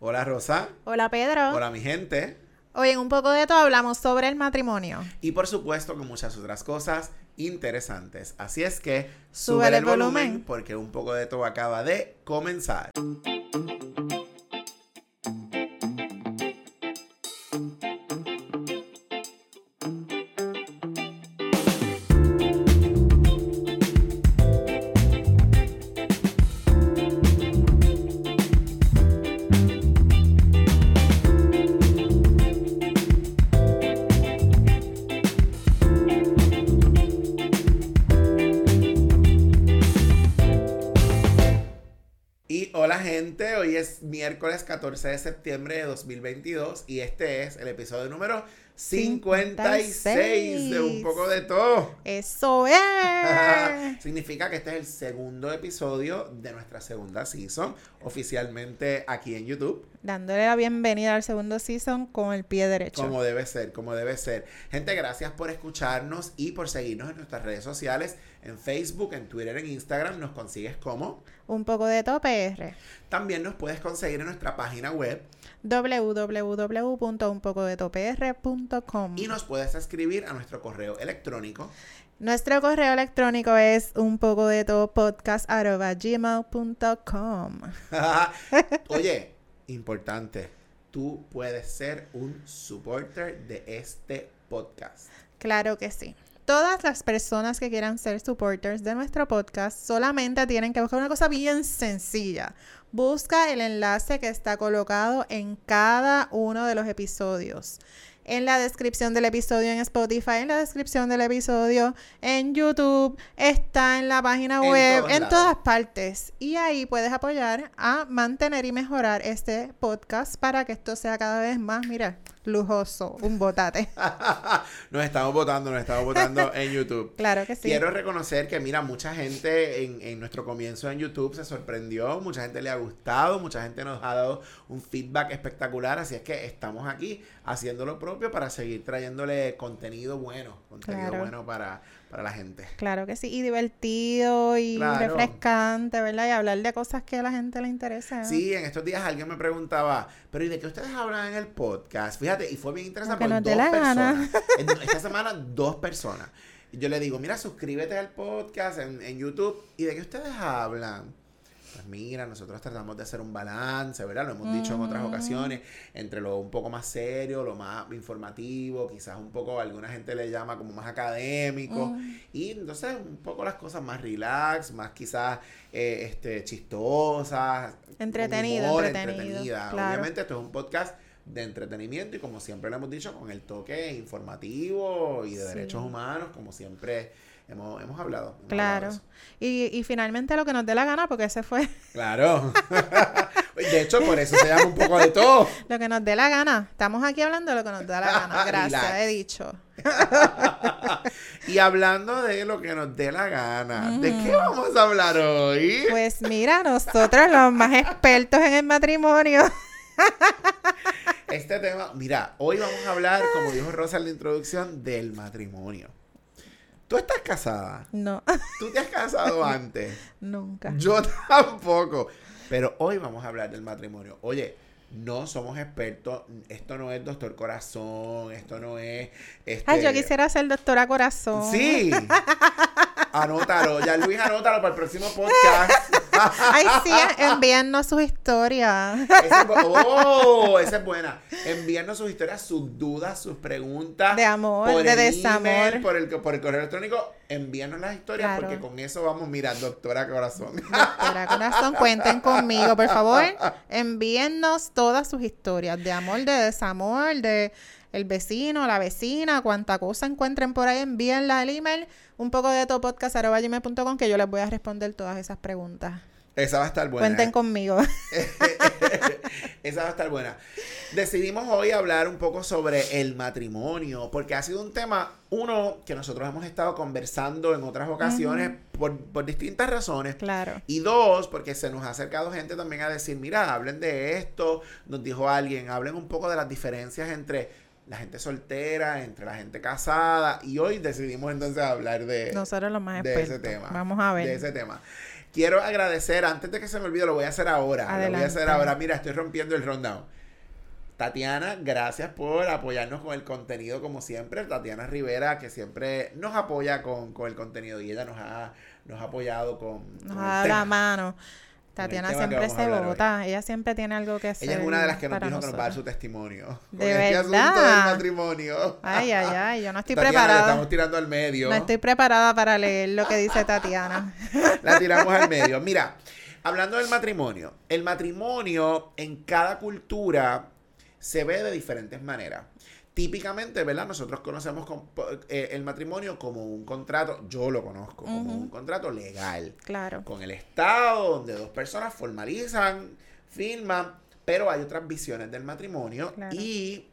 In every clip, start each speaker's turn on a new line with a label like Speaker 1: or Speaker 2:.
Speaker 1: Hola Rosa.
Speaker 2: Hola Pedro.
Speaker 1: Hola mi gente.
Speaker 2: Hoy en un poco de todo hablamos sobre el matrimonio.
Speaker 1: Y por supuesto que muchas otras cosas interesantes. Así es que
Speaker 2: Súbele
Speaker 1: súbele
Speaker 2: el volumen.
Speaker 1: porque un poco de todo acaba de comenzar. Y hola gente, hoy es miércoles 14 de septiembre de 2022 y este es el episodio número 56, de un poco de todo.
Speaker 2: Eso es.
Speaker 1: Significa que este es el segundo episodio de nuestra segunda season oficialmente aquí en YouTube.
Speaker 2: Dándole la bienvenida al segundo season con el pie derecho.
Speaker 1: Como debe ser, como debe ser. Gente, gracias por escucharnos y por seguirnos en nuestras redes sociales, en Facebook, en Twitter, en Instagram. Nos consigues como.
Speaker 2: Un poco de todo PR.
Speaker 1: También nos puedes conseguir en nuestra página web
Speaker 2: www.unpocodetopr.com
Speaker 1: y nos puedes escribir a nuestro correo electrónico.
Speaker 2: Nuestro correo electrónico es un poco de todo podcast@gmail.com.
Speaker 1: Oye, importante, tú puedes ser un supporter de este podcast.
Speaker 2: Claro que sí. Todas las personas que quieran ser supporters de nuestro podcast solamente tienen que buscar una cosa bien sencilla. Busca el enlace que está colocado en cada uno de los episodios. En la descripción del episodio en Spotify, en la descripción del episodio en YouTube, está en la página
Speaker 1: En
Speaker 2: web,
Speaker 1: todos
Speaker 2: en
Speaker 1: lados.
Speaker 2: todas partes. Y ahí puedes apoyar a mantener y mejorar este podcast para que esto sea cada vez más, mira, lujoso, un botate.
Speaker 1: nos estamos votando, nos estamos votando en YouTube.
Speaker 2: Claro que sí.
Speaker 1: Quiero reconocer que, mira, mucha gente en, en nuestro comienzo en YouTube se sorprendió, mucha gente le ha gustado, mucha gente nos ha dado un feedback espectacular, así es que estamos aquí haciendo lo propio para seguir trayéndole contenido bueno, contenido
Speaker 2: Claro.
Speaker 1: bueno para, para la gente.
Speaker 2: Claro que sí, y divertido y
Speaker 1: Claro.
Speaker 2: refrescante, ¿verdad? Y hablar de cosas que a la gente le interesa.
Speaker 1: Sí, en estos días alguien me preguntaba, pero ¿y de qué ustedes hablan en el podcast? Fíjate, y fue bien interesante por
Speaker 2: Lo que nos dé
Speaker 1: dos
Speaker 2: la
Speaker 1: personas.
Speaker 2: gana.
Speaker 1: En- Esta semana, dos personas. Y yo le digo, mira, suscríbete al podcast en, en YouTube. ¿Y de qué ustedes hablan? Pues mira, nosotros tratamos de hacer un balance, ¿verdad? Lo hemos dicho en otras
Speaker 2: Ujú.
Speaker 1: ocasiones, entre lo un poco más serio, lo más informativo, quizás un poco, alguna gente le llama como más académico.
Speaker 2: Mm.
Speaker 1: Y entonces un poco las cosas más relax, más quizás eh, este, chistosas. con
Speaker 2: Entretenido,
Speaker 1: humor,
Speaker 2: entretenido, claro.
Speaker 1: Obviamente esto es un podcast de entretenimiento y como siempre lo hemos dicho, con el toque informativo y de
Speaker 2: Sí.
Speaker 1: derechos humanos, como siempre hemos, hemos hablado. hemos
Speaker 2: Claro.
Speaker 1: hablado de eso.
Speaker 2: Y, y finalmente lo que nos dé la gana, porque ese fue
Speaker 1: Claro. de hecho, por eso se llama un poco de todo.
Speaker 2: lo que nos dé la gana. Estamos aquí hablando de lo que nos da la gana. Gracias,
Speaker 1: Relax.
Speaker 2: he dicho.
Speaker 1: Y hablando de lo que nos dé la gana, ¿de qué vamos a hablar hoy?
Speaker 2: Pues mira, nosotros los más expertos en el matrimonio.
Speaker 1: Este tema, mira, hoy vamos a hablar, como dijo Rosa en la introducción, del matrimonio. Tú estás casada.
Speaker 2: No,
Speaker 1: Tú te has casado antes.
Speaker 2: nunca.
Speaker 1: Yo tampoco. Pero hoy vamos a hablar del matrimonio. Oye, no somos expertos. Esto no es doctor corazón. Esto no es. Este...
Speaker 2: Ay, yo quisiera ser doctora corazón.
Speaker 1: Sí. Anótalo. Ya Luis, anótalo para el próximo podcast.
Speaker 2: Ay, sí, envíennos sus historias.
Speaker 1: Esa es bu- oh, esa es buena. Envíanos sus historias, sus dudas, sus preguntas.
Speaker 2: De amor,
Speaker 1: por
Speaker 2: de
Speaker 1: el
Speaker 2: desamor.
Speaker 1: email, por, el, por el correo electrónico, envíanos las historias
Speaker 2: Claro.
Speaker 1: porque con eso vamos, mira, doctora corazón.
Speaker 2: Doctora Corazón, cuenten conmigo, por favor. Envíennos todas sus historias de amor, de desamor, de el vecino, la vecina, cuanta cosa encuentren por ahí, envíenla al email un poco de topodcast.com que yo les voy a responder todas esas preguntas.
Speaker 1: Esa va a estar buena.
Speaker 2: Cuenten conmigo.
Speaker 1: Esa va a estar buena. Decidimos hoy hablar un poco sobre el matrimonio, porque ha sido un tema, uno, que nosotros hemos estado conversando en otras ocasiones por, por distintas razones.
Speaker 2: Claro.
Speaker 1: Y dos, porque se nos ha acercado gente también a decir, mira, hablen de esto, nos dijo alguien, hablen un poco de las diferencias entre la gente soltera, entre la gente casada, y hoy decidimos entonces hablar de,
Speaker 2: Nosotros los más
Speaker 1: eh, de ese
Speaker 2: expertos.
Speaker 1: tema.
Speaker 2: Vamos a ver.
Speaker 1: De ese tema. Quiero agradecer, antes de que se me olvide, lo voy a hacer ahora. Lo voy a hacer
Speaker 2: Adelante.
Speaker 1: ahora. Mira, estoy rompiendo el rundown. Tatiana, gracias por apoyarnos con el contenido como siempre. Tatiana Rivera, que siempre nos apoya con, con el contenido y ella nos ha, nos ha apoyado con...
Speaker 2: Nos
Speaker 1: con
Speaker 2: ha dado
Speaker 1: el
Speaker 2: la
Speaker 1: tema.
Speaker 2: mano.
Speaker 1: tema
Speaker 2: Tatiana
Speaker 1: que
Speaker 2: siempre
Speaker 1: vamos a
Speaker 2: se
Speaker 1: hablar hoy.
Speaker 2: bota. Ella siempre tiene algo que hacer.
Speaker 1: Ella es una de las que nos
Speaker 2: para
Speaker 1: dijo que nos va a dar
Speaker 2: nosotros.
Speaker 1: su testimonio. Con
Speaker 2: ¿De
Speaker 1: este asunto del
Speaker 2: verdad?
Speaker 1: matrimonio.
Speaker 2: Ay, ay, ay. Yo no estoy
Speaker 1: Tatiana, la
Speaker 2: preparada.
Speaker 1: estamos tirando al medio.
Speaker 2: No estoy preparada para leer lo que dice Tatiana.
Speaker 1: La tiramos al medio. Mira, hablando del matrimonio, el matrimonio en cada cultura se ve de diferentes maneras. Típicamente, ¿verdad? Nosotros conocemos con- po- eh, el matrimonio como un contrato, yo lo conozco, como
Speaker 2: Ujú.
Speaker 1: un contrato legal
Speaker 2: Claro.
Speaker 1: con el Estado, donde dos personas formalizan, firman, pero hay otras visiones del matrimonio
Speaker 2: Claro.
Speaker 1: y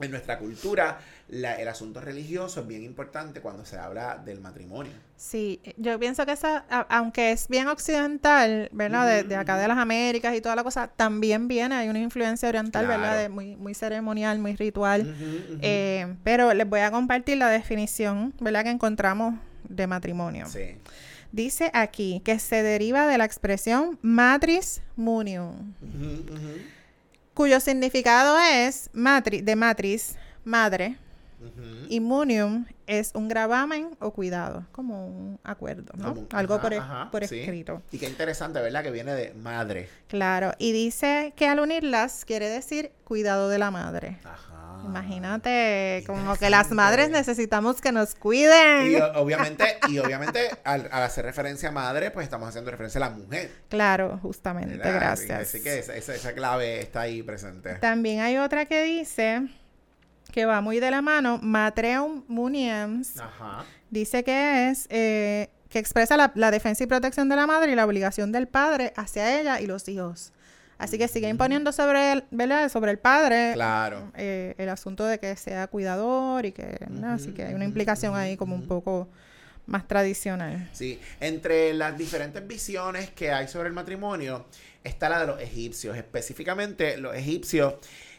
Speaker 1: en nuestra cultura la- el asunto religioso es bien importante cuando se habla del matrimonio.
Speaker 2: Sí, yo pienso que esa, a- aunque es bien occidental, ¿verdad? De, de acá de las Américas y toda la cosa, también viene, hay una influencia oriental, ¿verdad?
Speaker 1: Claro.
Speaker 2: De muy, muy ceremonial, muy ritual.
Speaker 1: Ujú, ujú.
Speaker 2: Eh, pero les voy a compartir la definición, ¿verdad? Que encontramos de matrimonio.
Speaker 1: sí.
Speaker 2: Dice aquí que se deriva de la expresión matris munium,
Speaker 1: Ujú, ujú,
Speaker 2: cuyo significado es matri de matriz, madre,
Speaker 1: ujú.
Speaker 2: y munium es un gravamen o cuidado, como un acuerdo, ¿no?
Speaker 1: Como un-
Speaker 2: Algo
Speaker 1: ajá,
Speaker 2: por, e-
Speaker 1: ajá,
Speaker 2: por
Speaker 1: sí.
Speaker 2: escrito.
Speaker 1: Y qué interesante, ¿verdad? Que viene de madre.
Speaker 2: Claro, y dice que al unirlas quiere decir cuidado de la madre.
Speaker 1: Ajá.
Speaker 2: Imagínate, como que las
Speaker 1: interesante.
Speaker 2: madres necesitamos que nos cuiden.
Speaker 1: Y o- obviamente, y obviamente al, al hacer referencia a madre, pues estamos haciendo referencia a la mujer.
Speaker 2: Claro, justamente,
Speaker 1: ¿verdad?
Speaker 2: gracias.
Speaker 1: Así que esa, esa- esa clave está ahí presente.
Speaker 2: También hay otra que dice que va muy de la mano, Matreum
Speaker 1: Ah,
Speaker 2: Muniens,
Speaker 1: Ajá.
Speaker 2: dice que es eh, que expresa la, la defensa y protección de la madre y la obligación del padre hacia ella y los hijos. Así que sigue imponiendo sobre el, ¿verdad? sobre el
Speaker 1: Mm.
Speaker 2: padre
Speaker 1: Claro.
Speaker 2: eh, el asunto de que sea cuidador y que, ¿no? Así
Speaker 1: Ujú,
Speaker 2: que hay
Speaker 1: ujú,
Speaker 2: una implicación
Speaker 1: ujú,
Speaker 2: ahí como un
Speaker 1: ujú.
Speaker 2: poco más tradicional.
Speaker 1: Sí, entre las diferentes visiones que hay sobre el matrimonio está la de los egipcios. Específicamente, los egipcios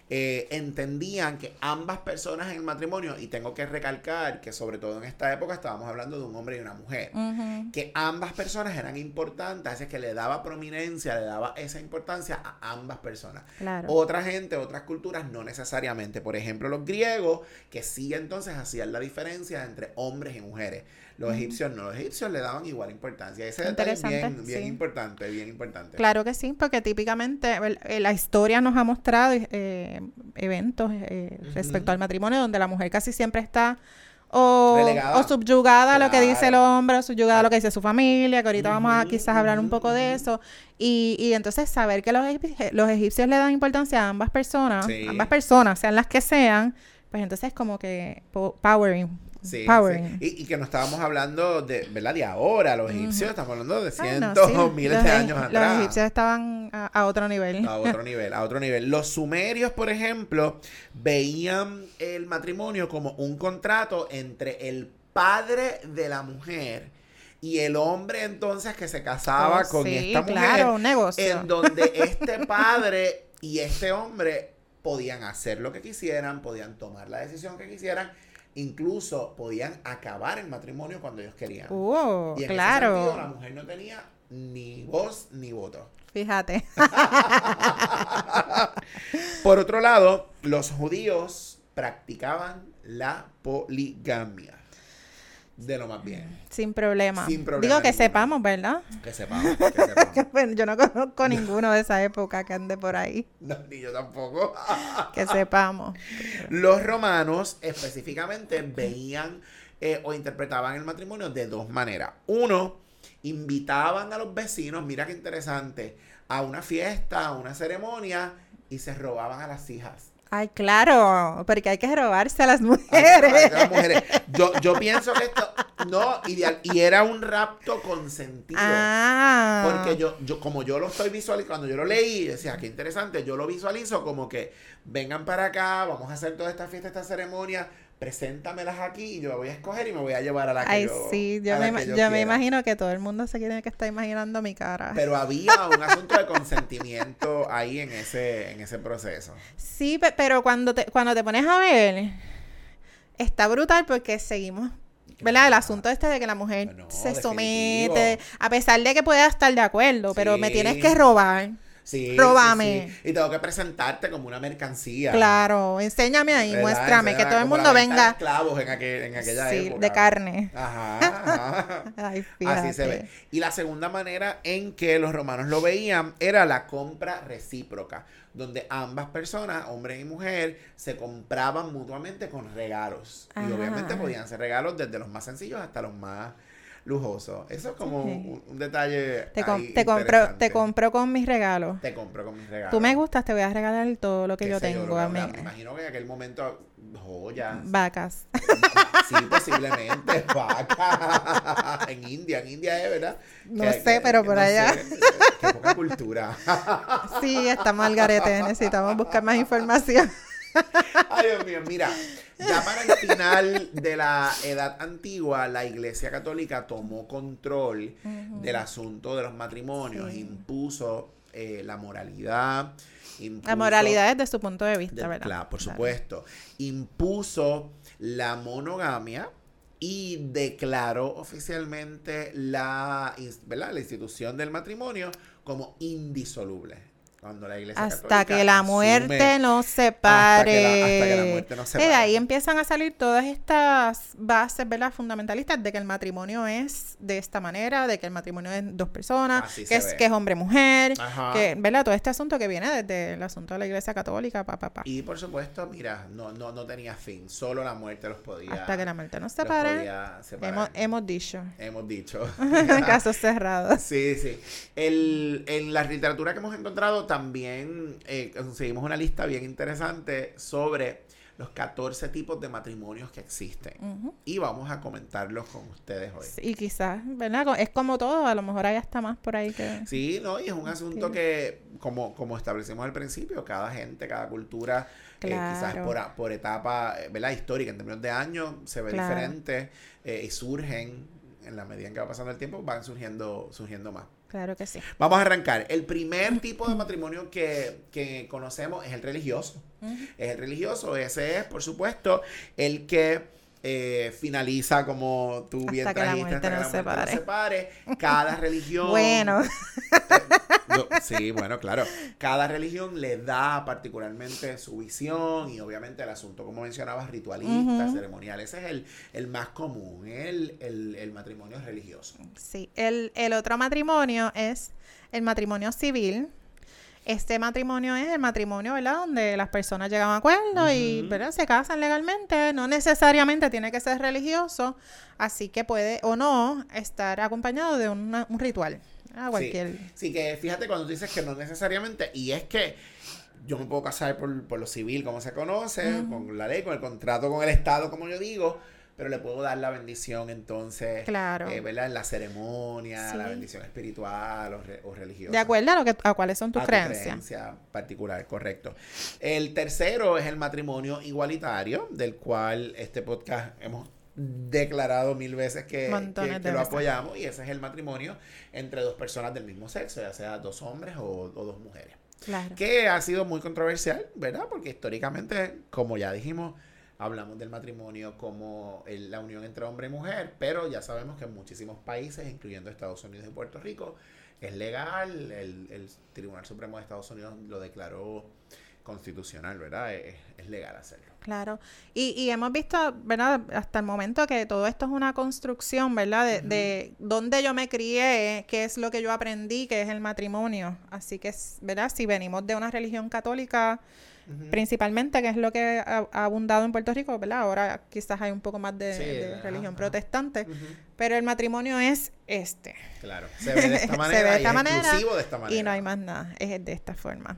Speaker 1: eh, entendían que ambas personas en el matrimonio, y tengo que recalcar que sobre todo en esta época estábamos hablando de un hombre y una mujer,
Speaker 2: Ujú.
Speaker 1: que ambas personas eran importantes, así que le daba prominencia, le daba esa importancia a ambas personas.
Speaker 2: Claro.
Speaker 1: Otra gente, otras culturas, no necesariamente. Por ejemplo, los griegos, que sí entonces hacían la diferencia entre hombres y mujeres. Los egipcios no, los egipcios le daban igual importancia. Ese detalle es
Speaker 2: Interesante,
Speaker 1: bien, bien
Speaker 2: sí.
Speaker 1: importante, bien importante.
Speaker 2: Claro que sí, porque típicamente el- eh, la historia nos ha mostrado eh, eventos eh, respecto
Speaker 1: Ujú.
Speaker 2: al matrimonio donde la mujer casi siempre está o,
Speaker 1: Relegada.
Speaker 2: o subyugada a lo que dice el
Speaker 1: Claro.
Speaker 2: hombre, o subyugada a lo que dice su familia, que ahorita vamos a
Speaker 1: Ujú,
Speaker 2: quizás hablar un
Speaker 1: ujú,
Speaker 2: poco de
Speaker 1: ujú.
Speaker 2: eso. Y, y entonces saber que los, egip- los egipcios le dan importancia a ambas personas,
Speaker 1: Sí.
Speaker 2: ambas personas, sean las que sean, pues entonces como que po- powering.
Speaker 1: Sí,
Speaker 2: powering.
Speaker 1: sí. Y, y que no estábamos hablando de, ¿verdad? De ahora, los egipcios, estamos hablando de
Speaker 2: Ay, no,
Speaker 1: cientos,
Speaker 2: sí,
Speaker 1: miles
Speaker 2: los
Speaker 1: de
Speaker 2: e-
Speaker 1: años atrás.
Speaker 2: Los egipcios estaban a, a otro nivel.
Speaker 1: A otro nivel, a otro nivel. Los sumerios, por ejemplo, veían el matrimonio como un contrato entre el padre de la mujer y el hombre entonces que se casaba
Speaker 2: Oh,
Speaker 1: Ah, con
Speaker 2: sí,
Speaker 1: esta mujer.
Speaker 2: claro, un negocio.
Speaker 1: En donde este padre y este hombre podían hacer lo que quisieran, podían tomar la decisión que quisieran, incluso podían acabar el matrimonio cuando ellos querían.
Speaker 2: Oh,
Speaker 1: y en ese
Speaker 2: claro.
Speaker 1: sentido, la mujer no tenía ni voz ni voto.
Speaker 2: Fíjate.
Speaker 1: Por otro lado, los judíos practicaban la poligamia. De lo más bien.
Speaker 2: Sin problema.
Speaker 1: Sin problema
Speaker 2: Digo que
Speaker 1: ninguno.
Speaker 2: sepamos, ¿verdad?
Speaker 1: Que sepamos, que sepamos.
Speaker 2: Bueno, yo no conozco ninguno de esa época que ande por ahí.
Speaker 1: No, ni yo tampoco.
Speaker 2: Que sepamos.
Speaker 1: Los romanos específicamente veían eh, o interpretaban el matrimonio de dos maneras. Uno, invitaban a los vecinos, mira qué interesante, a una fiesta, a una ceremonia, y se robaban a las hijas.
Speaker 2: Ay, claro. Porque hay que robarse a las
Speaker 1: Ay, ay,
Speaker 2: mujeres.
Speaker 1: las mujeres. Yo, yo pienso que esto. No, ideal. Y era un rapto consentido.
Speaker 2: Ah.
Speaker 1: Porque yo, yo, como yo lo estoy visualizando, cuando yo lo leí, decía, qué interesante, yo lo visualizo como que vengan para acá, vamos a hacer toda esta fiesta, esta ceremonia, preséntamelas aquí y yo la voy a escoger y me voy a llevar a la que
Speaker 2: Ay,
Speaker 1: yo-
Speaker 2: sí.
Speaker 1: a
Speaker 2: Yo,
Speaker 1: la
Speaker 2: me,
Speaker 1: que yo
Speaker 2: ima- yo me
Speaker 1: quiera.
Speaker 2: imagino que todo el mundo se tiene que estar imaginando mi cara.
Speaker 1: Pero había un asunto de consentimiento ahí en ese, en ese proceso.
Speaker 2: Sí, pe- pero cuando te, cuando te pones a ver, está brutal porque seguimos
Speaker 1: que
Speaker 2: ¿Verdad? El
Speaker 1: nada.
Speaker 2: asunto este de que la mujer
Speaker 1: No,
Speaker 2: se
Speaker 1: definitivo.
Speaker 2: somete, a pesar de que pueda estar de acuerdo, pero me
Speaker 1: Sí.
Speaker 2: tienes que robar.
Speaker 1: Sí,
Speaker 2: Róbame.
Speaker 1: sí, sí. Y tengo que presentarte como una mercancía.
Speaker 2: Claro, enséñame ahí,
Speaker 1: ¿verdad?
Speaker 2: muéstrame, que
Speaker 1: Entonces,
Speaker 2: todo el
Speaker 1: como la
Speaker 2: mundo
Speaker 1: venta de
Speaker 2: venga
Speaker 1: esclavos en, aquel- en aquella
Speaker 2: sí,
Speaker 1: época.
Speaker 2: de carne.
Speaker 1: Ajá, ajá.
Speaker 2: Ay, fíjate.
Speaker 1: Así se ve. Y la segunda manera en que los romanos lo veían era la compra recíproca, donde ambas personas, hombre y mujer, se compraban mutuamente con regalos. Y
Speaker 2: Ajá.
Speaker 1: obviamente podían ser regalos desde los más sencillos hasta los más lujosos. Eso es como
Speaker 2: Ok.
Speaker 1: un, un detalle.
Speaker 2: Te, com-
Speaker 1: ahí
Speaker 2: te, compro,
Speaker 1: interesante.
Speaker 2: te compro con mis regalos.
Speaker 1: Te compro con mis regalos.
Speaker 2: Tú me gustas, te voy a regalar todo lo que
Speaker 1: Qué
Speaker 2: yo
Speaker 1: sé
Speaker 2: tengo.
Speaker 1: lo que
Speaker 2: a
Speaker 1: habrá.
Speaker 2: mí.
Speaker 1: Me imagino que en aquel momento, joyas.
Speaker 2: Vacas.
Speaker 1: Sí, posiblemente vaca. en India, en India es, ¿verdad?
Speaker 2: No sé, pero por allá.
Speaker 1: sé. Qué poca cultura.
Speaker 2: Sí, estamos al garete. Necesitamos buscar más información.
Speaker 1: Ay, Dios mío, mira. Ya para el final de la edad antigua, la Iglesia Católica tomó control del asunto de los matrimonios,
Speaker 2: Sí.
Speaker 1: impuso eh, la moralidad.
Speaker 2: La
Speaker 1: impuso-
Speaker 2: moralidad es de su punto de vista,
Speaker 1: del-
Speaker 2: ¿verdad?
Speaker 1: claro, por
Speaker 2: Claro.
Speaker 1: supuesto. Impuso la monogamia y declaró oficialmente la, ins- ¿verdad? la institución del matrimonio como indisoluble. Cuando la iglesia
Speaker 2: Hasta
Speaker 1: católica
Speaker 2: que la
Speaker 1: asume-
Speaker 2: muerte nos
Speaker 1: hasta que la- hasta
Speaker 2: separe.
Speaker 1: que la muerte nos
Speaker 2: Sí, de ahí
Speaker 1: separe.
Speaker 2: empiezan a salir todas estas bases, ¿verdad? Fundamentalistas de que el matrimonio es de esta manera, de que el matrimonio es dos personas,
Speaker 1: Así
Speaker 2: que
Speaker 1: se
Speaker 2: es,
Speaker 1: ve. Ah.
Speaker 2: que es hombre-mujer,
Speaker 1: Ajá.
Speaker 2: que, ¿verdad? Todo este asunto que viene desde el asunto de la iglesia católica, papá, pa, pa,
Speaker 1: Y por supuesto, mira, no, no, no tenía fin. Solo la muerte los podía.
Speaker 2: hasta que la muerte
Speaker 1: los
Speaker 2: nos separe.
Speaker 1: podía separar.
Speaker 2: Hemos, hemos dicho.
Speaker 1: Hemos dicho.
Speaker 2: Casos cerrados.
Speaker 1: Sí, sí. El- en la literatura que hemos encontrado también eh, conseguimos una lista bien interesante sobre los 14 tipos de matrimonios que existen.
Speaker 2: Ujú.
Speaker 1: Y vamos a comentarlos con ustedes hoy.
Speaker 2: Y quizás, ¿verdad? Co- Es como todo, a lo mejor hay hasta más por ahí que...
Speaker 1: Sí, no, y es un asunto
Speaker 2: Sí.
Speaker 1: que, como, como establecimos al principio, cada gente, cada cultura, eh, quizás
Speaker 2: Claro.
Speaker 1: por, a- por etapa, eh, ¿verdad? Histórica, en términos de años, se ve
Speaker 2: Claro.
Speaker 1: diferente eh, y surgen, en la medida en que va pasando el tiempo, van surgiendo, surgiendo más.
Speaker 2: Claro que sí.
Speaker 1: Vamos a arrancar. El primer tipo de matrimonio que, que conocemos es el religioso.
Speaker 2: Ujú.
Speaker 1: Es el religioso, ese es, por supuesto, el que eh, finaliza como tú
Speaker 2: Hasta
Speaker 1: bien
Speaker 2: que la
Speaker 1: trajiste,
Speaker 2: muerte nos
Speaker 1: nos separe. Cada religión.
Speaker 2: Bueno,
Speaker 1: No, sí, bueno, claro. Cada religión le da particularmente su visión y obviamente el asunto, como mencionabas, ritualista,
Speaker 2: Ujú.
Speaker 1: ceremonial. Ese es el, el más común, el, el, el matrimonio religioso.
Speaker 2: sí. El, el otro matrimonio es el matrimonio civil. Este matrimonio es el matrimonio, ¿verdad? Donde las personas llegan a acuerdo y
Speaker 1: Ujú.
Speaker 2: ¿verdad? se casan legalmente. No necesariamente tiene que ser religioso, así que puede o no estar acompañado de una- un ritual. ¿verdad? cualquier...
Speaker 1: Sí, que fíjate cuando tú dices que no necesariamente, y es que yo me puedo casar por, por lo civil, como se conoce,
Speaker 2: Ujú.
Speaker 1: con la ley, con el contrato con el Estado, como yo digo, pero le puedo dar la bendición entonces,
Speaker 2: Claro.
Speaker 1: eh, ¿verdad? En la ceremonia, la
Speaker 2: Sí.
Speaker 1: bendición espiritual o, re- o religiosa.
Speaker 2: de acuerdo a, lo que, a cuáles son tus
Speaker 1: A tu
Speaker 2: creencias.
Speaker 1: creencia particular, correcto. El tercero es el matrimonio igualitario, del cual este podcast hemos declarado mil veces que,
Speaker 2: Montones
Speaker 1: que- que
Speaker 2: de
Speaker 1: lo
Speaker 2: veces.
Speaker 1: apoyamos y ese es el matrimonio entre dos personas del mismo sexo, ya sea dos hombres o, o dos mujeres,
Speaker 2: Claro.
Speaker 1: que ha sido muy controversial, ¿verdad? Porque históricamente, como ya dijimos, hablamos del matrimonio como el- la unión entre hombre y mujer, pero ya sabemos que en muchísimos países, incluyendo Estados Unidos y Puerto Rico, es legal, el, el Tribunal Supremo de Estados Unidos lo declaró constitucional, ¿verdad? Es, es legal hacerlo.
Speaker 2: Claro. Y, y hemos visto, ¿verdad? Hasta el momento que todo esto es una construcción, ¿verdad? De, de dónde yo me crié, qué es lo que yo aprendí, qué es el matrimonio. Así que, s- ¿verdad? Si venimos de una religión católica,
Speaker 1: Ujú.
Speaker 2: principalmente, que es lo que ha, ha abundado en Puerto Rico, ¿verdad? Ahora quizás hay un poco más de,
Speaker 1: Sí,
Speaker 2: de
Speaker 1: ajá,
Speaker 2: religión
Speaker 1: ajá.
Speaker 2: protestante,
Speaker 1: Ujú.
Speaker 2: pero el matrimonio es este.
Speaker 1: Claro, se ve de esta
Speaker 2: Se
Speaker 1: manera,
Speaker 2: ve de
Speaker 1: y
Speaker 2: esta
Speaker 1: es
Speaker 2: manera
Speaker 1: exclusivo de esta manera.
Speaker 2: Y no hay más nada, es de esta forma.